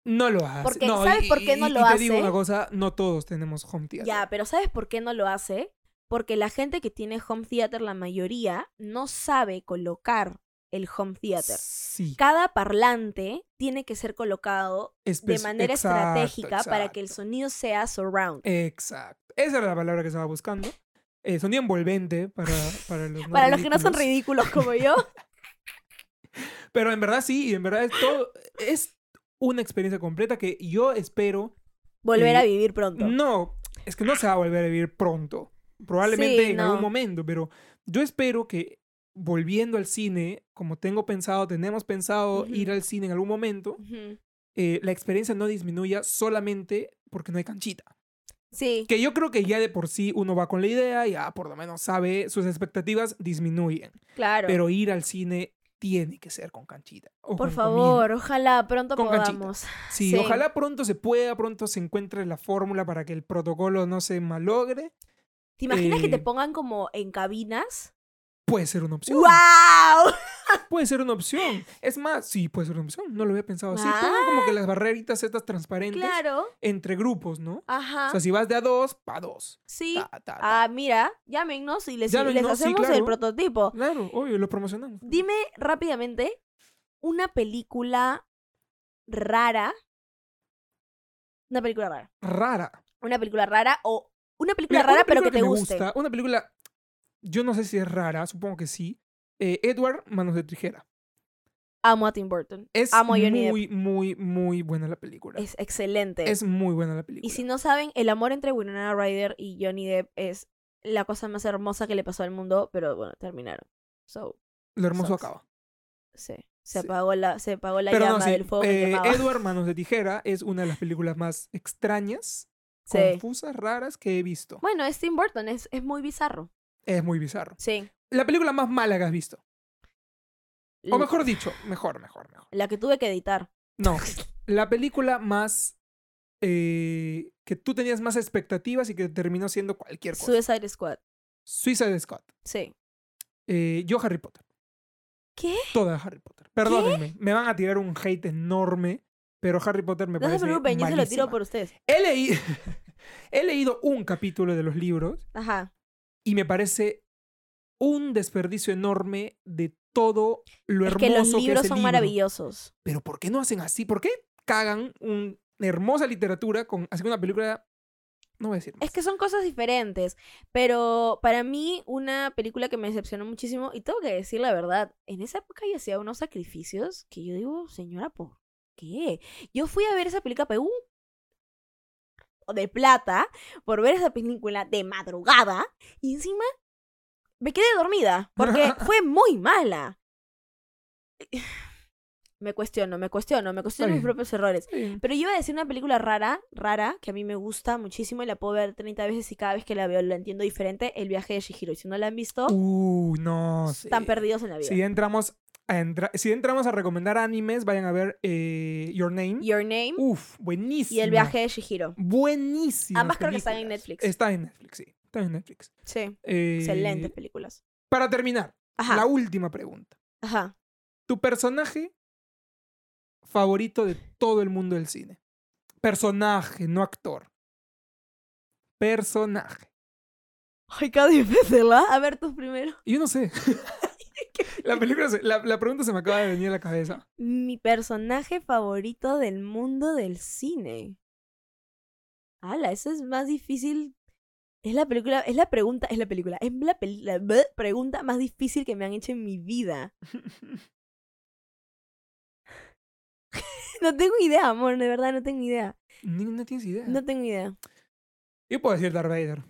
S2: No lo hace.
S1: Porque,
S2: No,
S1: ¿sabes
S2: y-
S1: por qué
S2: y-
S1: no
S2: y
S1: lo
S2: te digo
S1: hace?
S2: una cosa, no todos tenemos home theater.
S1: Ya, pero ¿sabes por qué no lo hace? Porque la gente que tiene home theater, la mayoría, no sabe colocar el home theater.
S2: Sí.
S1: Cada parlante tiene que ser colocado de
S2: espe-
S1: manera
S2: exacto,
S1: estratégica para que el
S2: exacto.
S1: sonido sea surround.
S2: Exacto. Esa era la palabra que estaba buscando. Eh, sonido envolvente para, para los no
S1: para los que no son
S2: ridículos.
S1: ridículos como
S2: [LAUGHS]
S1: yo. [LAUGHS]
S2: Pero en verdad sí, en verdad es todo. Es una experiencia completa que yo espero.
S1: Volver
S2: Eh,
S1: a vivir pronto.
S2: No, es que no se va a volver a vivir pronto. Probablemente
S1: Sí,
S2: en
S1: no.
S2: algún momento, pero yo espero que volviendo al cine, como tengo pensado, tenemos pensado
S1: Ujú.
S2: ir al cine en algún momento,
S1: Ujú.
S2: eh, la experiencia no disminuya solamente porque no hay canchita.
S1: Sí.
S2: Que yo creo que ya de por sí uno va con la idea y ah, por lo menos sabe, sus expectativas disminuyen.
S1: Claro.
S2: Pero ir al cine tiene que ser con canchita. o
S1: Por
S2: con
S1: favor, ojalá pronto
S2: Con canchita.
S1: podamos.
S2: comida. Sí,
S1: sí.
S2: ojalá pronto se pueda, pronto se encuentre la fórmula para que el protocolo no se malogre.
S1: ¿Te imaginas que te
S2: Eh,
S1: pongan como en cabinas?
S2: Puede ser una opción.
S1: ¡Wow!
S2: Puede ser una opción. Es más, sí, puede ser una opción. No lo había pensado así. Pongan como que las barreritas estas transparentes
S1: Ah. Claro.
S2: entre grupos, ¿no?
S1: Ajá.
S2: O sea, si vas de a dos, pa' dos.
S1: sí.
S2: Ta, ta, ta.
S1: Ah, mira, llámenos y les, y les
S2: Llámenos, sí,
S1: hacemos el
S2: claro.
S1: prototipo.
S2: Claro, obvio, lo promocionamos.
S1: Dime rápidamente una película rara. Una película rara.
S2: Rara.
S1: Una película rara o una película
S2: Mira,
S1: rara
S2: una
S1: pero que
S2: película
S1: te
S2: me
S1: guste.
S2: gusta, una película, yo no sé si es rara, supongo que sí. eh, Edward, Manos de Tijera.
S1: Amo a Tim Burton.
S2: Es
S1: Amo a Johnny Depp.
S2: muy, muy, muy buena la película. Es,
S1: Es excelente.
S2: muy buena la película.
S1: Y si no saben, el amor entre Winona Ryder y Johnny Depp es la cosa más hermosa que le pasó al mundo, pero bueno, terminaron. So,
S2: Lo hermoso
S1: Sucks.
S2: acaba.
S1: sí. Se
S2: Sí.
S1: apagó la, se apagó la
S2: Pero
S1: llama
S2: no, sí,
S1: del fuego que
S2: eh,
S1: quemaba.
S2: Edward, Manos de Tijera es una de las películas más extrañas,
S1: [LAUGHS] Sí.
S2: confusas, raras que he visto.
S1: Bueno, es Tim Burton, es, es muy bizarro.
S2: Es muy bizarro.
S1: Sí.
S2: La película más mala que has visto. O
S1: L-
S2: mejor dicho, mejor, mejor, mejor.
S1: La que tuve que
S2: [LAUGHS]
S1: editar.
S2: No, la película más... eh, que tú tenías más expectativas y que terminó siendo cualquier cosa.
S1: Suicide Squad.
S2: Suicide Squad.
S1: Sí.
S2: Eh, yo Harry Potter.
S1: ¿Qué?
S2: Toda Harry Potter. Perdónenme, me van a tirar un hate enorme, pero Harry Potter me
S1: No se
S2: parece
S1: preocupen, yo se lo tiro
S2: malísima.
S1: por ustedes.
S2: He leído, [LAUGHS] he leído un capítulo de los libros
S1: Ajá.
S2: y me parece un desperdicio enorme de todo lo
S1: Es
S2: hermoso
S1: que los
S2: que
S1: libros
S2: es el
S1: son
S2: libro.
S1: maravillosos.
S2: Pero ¿por qué no hacen así? ¿Por qué cagan un- una hermosa literatura con hacer una película? No voy a decir más.
S1: Es que son cosas diferentes. Pero para mí, una película que me decepcionó muchísimo, y tengo que decir la verdad, en esa época yo hacía unos sacrificios que yo digo, señora, ¿por qué? Yo fui a ver esa película Perú o de plata por ver esa película de madrugada y encima me quedé dormida porque fue muy mala. [SIGHS] Me cuestiono, me cuestiono, me cuestiono mis
S2: bien.
S1: propios errores.
S2: Sí.
S1: Pero yo iba a decir una película rara, rara, que a mí me gusta muchísimo y la puedo ver 30 veces y cada vez que la veo la entiendo diferente, El viaje de Shihiro. Y si no la han visto,
S2: Uh, no. sí.
S1: están perdidos en la vida.
S2: Si entramos a entra- si entramos a recomendar animes, vayan a ver eh, Your Name.
S1: Your Name
S2: Uf, buenísimo.
S1: y El viaje de Shihiro.
S2: Buenísimo.
S1: Ambas creo que están en Netflix.
S2: Está en Netflix, sí. Está en Netflix.
S1: Sí,
S2: Eh,
S1: excelentes películas.
S2: Para terminar, la
S1: Ajá,
S2: última pregunta.
S1: ajá.
S2: ¿Tu personaje favorito de todo el mundo del cine? Personaje, no actor. Personaje.
S1: Ay, [LAUGHS] cada difícil, ¿ah? A ver tus primero.
S2: Yo
S1: [LAUGHS]
S2: no sé. la, película se- la- la pregunta se me acaba de venir a la cabeza.
S1: Mi personaje favorito del mundo del cine. Ala, eso es más difícil. Es la película, es la pregunta, es la película, es la, peli- la bleh, pregunta más difícil que me han hecho en mi
S2: [LAUGHS]
S1: vida. [LAUGHS] No tengo idea, amor, de verdad, no tengo idea.
S2: Ni- no tienes idea.
S1: No tengo idea.
S2: Yo puedo decir Darth Vader.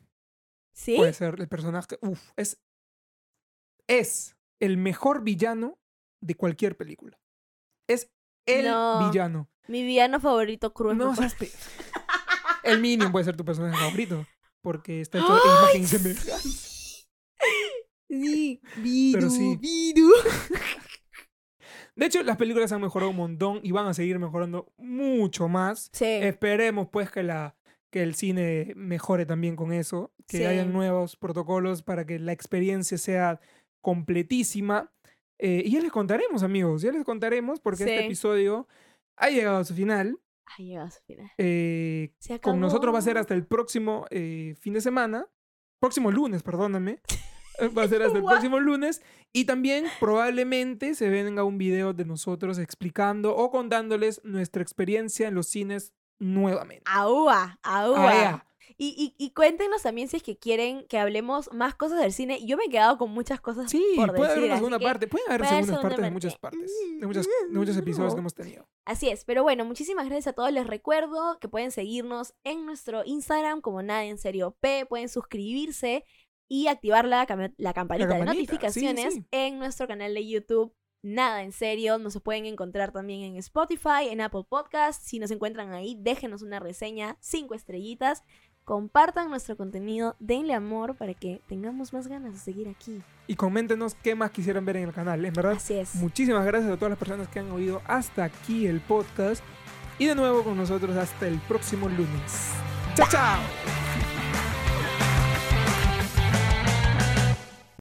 S1: ¿Sí?
S2: Puede ser el personaje. Uf, es. Es el mejor villano de cualquier película. Es el
S1: No.
S2: villano.
S1: Mi villano favorito cruel.
S2: No
S1: papá.
S2: seas pe- El Minion puede ser tu personaje favorito. Porque [LAUGHS] está hecho de imagen semejante.
S1: [LAUGHS] Sí, Viru,
S2: sí.
S1: Viru.
S2: [LAUGHS] De hecho, las películas han mejorado un montón y van a seguir mejorando mucho más.
S1: Sí.
S2: Esperemos pues que, la, que el cine mejore también con eso, que
S1: Sí.
S2: hayan nuevos protocolos para que la experiencia sea completísima. Eh, y ya les contaremos, amigos, ya les contaremos porque este
S1: Sí.
S2: episodio ha llegado a su final.
S1: Ay, llegado a su final.
S2: Eh,
S1: Se acabó.
S2: con nosotros va a ser hasta el próximo eh, fin de semana, próximo lunes, perdóname. Eh, Va a
S1: [LAUGHS]
S2: ser hasta el
S1: What?
S2: próximo lunes. Y también probablemente se venga un video de nosotros explicando o contándoles nuestra experiencia en los cines nuevamente.
S1: Aúa, aúa.
S2: Ah,
S1: Y, y, y cuéntenos también si es que quieren que hablemos más cosas del cine. Yo me he quedado con muchas
S2: ya.
S1: cosas
S2: Sí,
S1: por
S2: puede haber
S1: decir,
S2: una
S1: así
S2: segunda
S1: que-
S2: parte. Pueden haber
S1: puede haber
S2: segundas
S1: segunda
S2: partes de
S1: parte. Mm,
S2: muchas partes, de, muchas- de muchos episodios que hemos tenido.
S1: Así es, pero bueno, muchísimas gracias a todos. Les recuerdo que pueden seguirnos en nuestro Instagram como Nadie en Serio P, pueden suscribirse y activar la, cam- la campanita de
S2: campanita, sí, sí,
S1: notificaciones
S2: sí.
S1: en nuestro canal de YouTube. Nada en serio, nos pueden encontrar también en Spotify, en Apple Podcast. Si nos encuentran ahí, déjenos una reseña, cinco estrellitas. Compartan nuestro contenido, denle amor para que tengamos más ganas de seguir aquí.
S2: Y coméntenos qué más quisieran ver en el canal. En verdad,
S1: Así es.
S2: Muchísimas gracias a todas las personas que han oído hasta aquí el podcast. Y de nuevo con nosotros hasta el próximo lunes. ¡Chao, chao!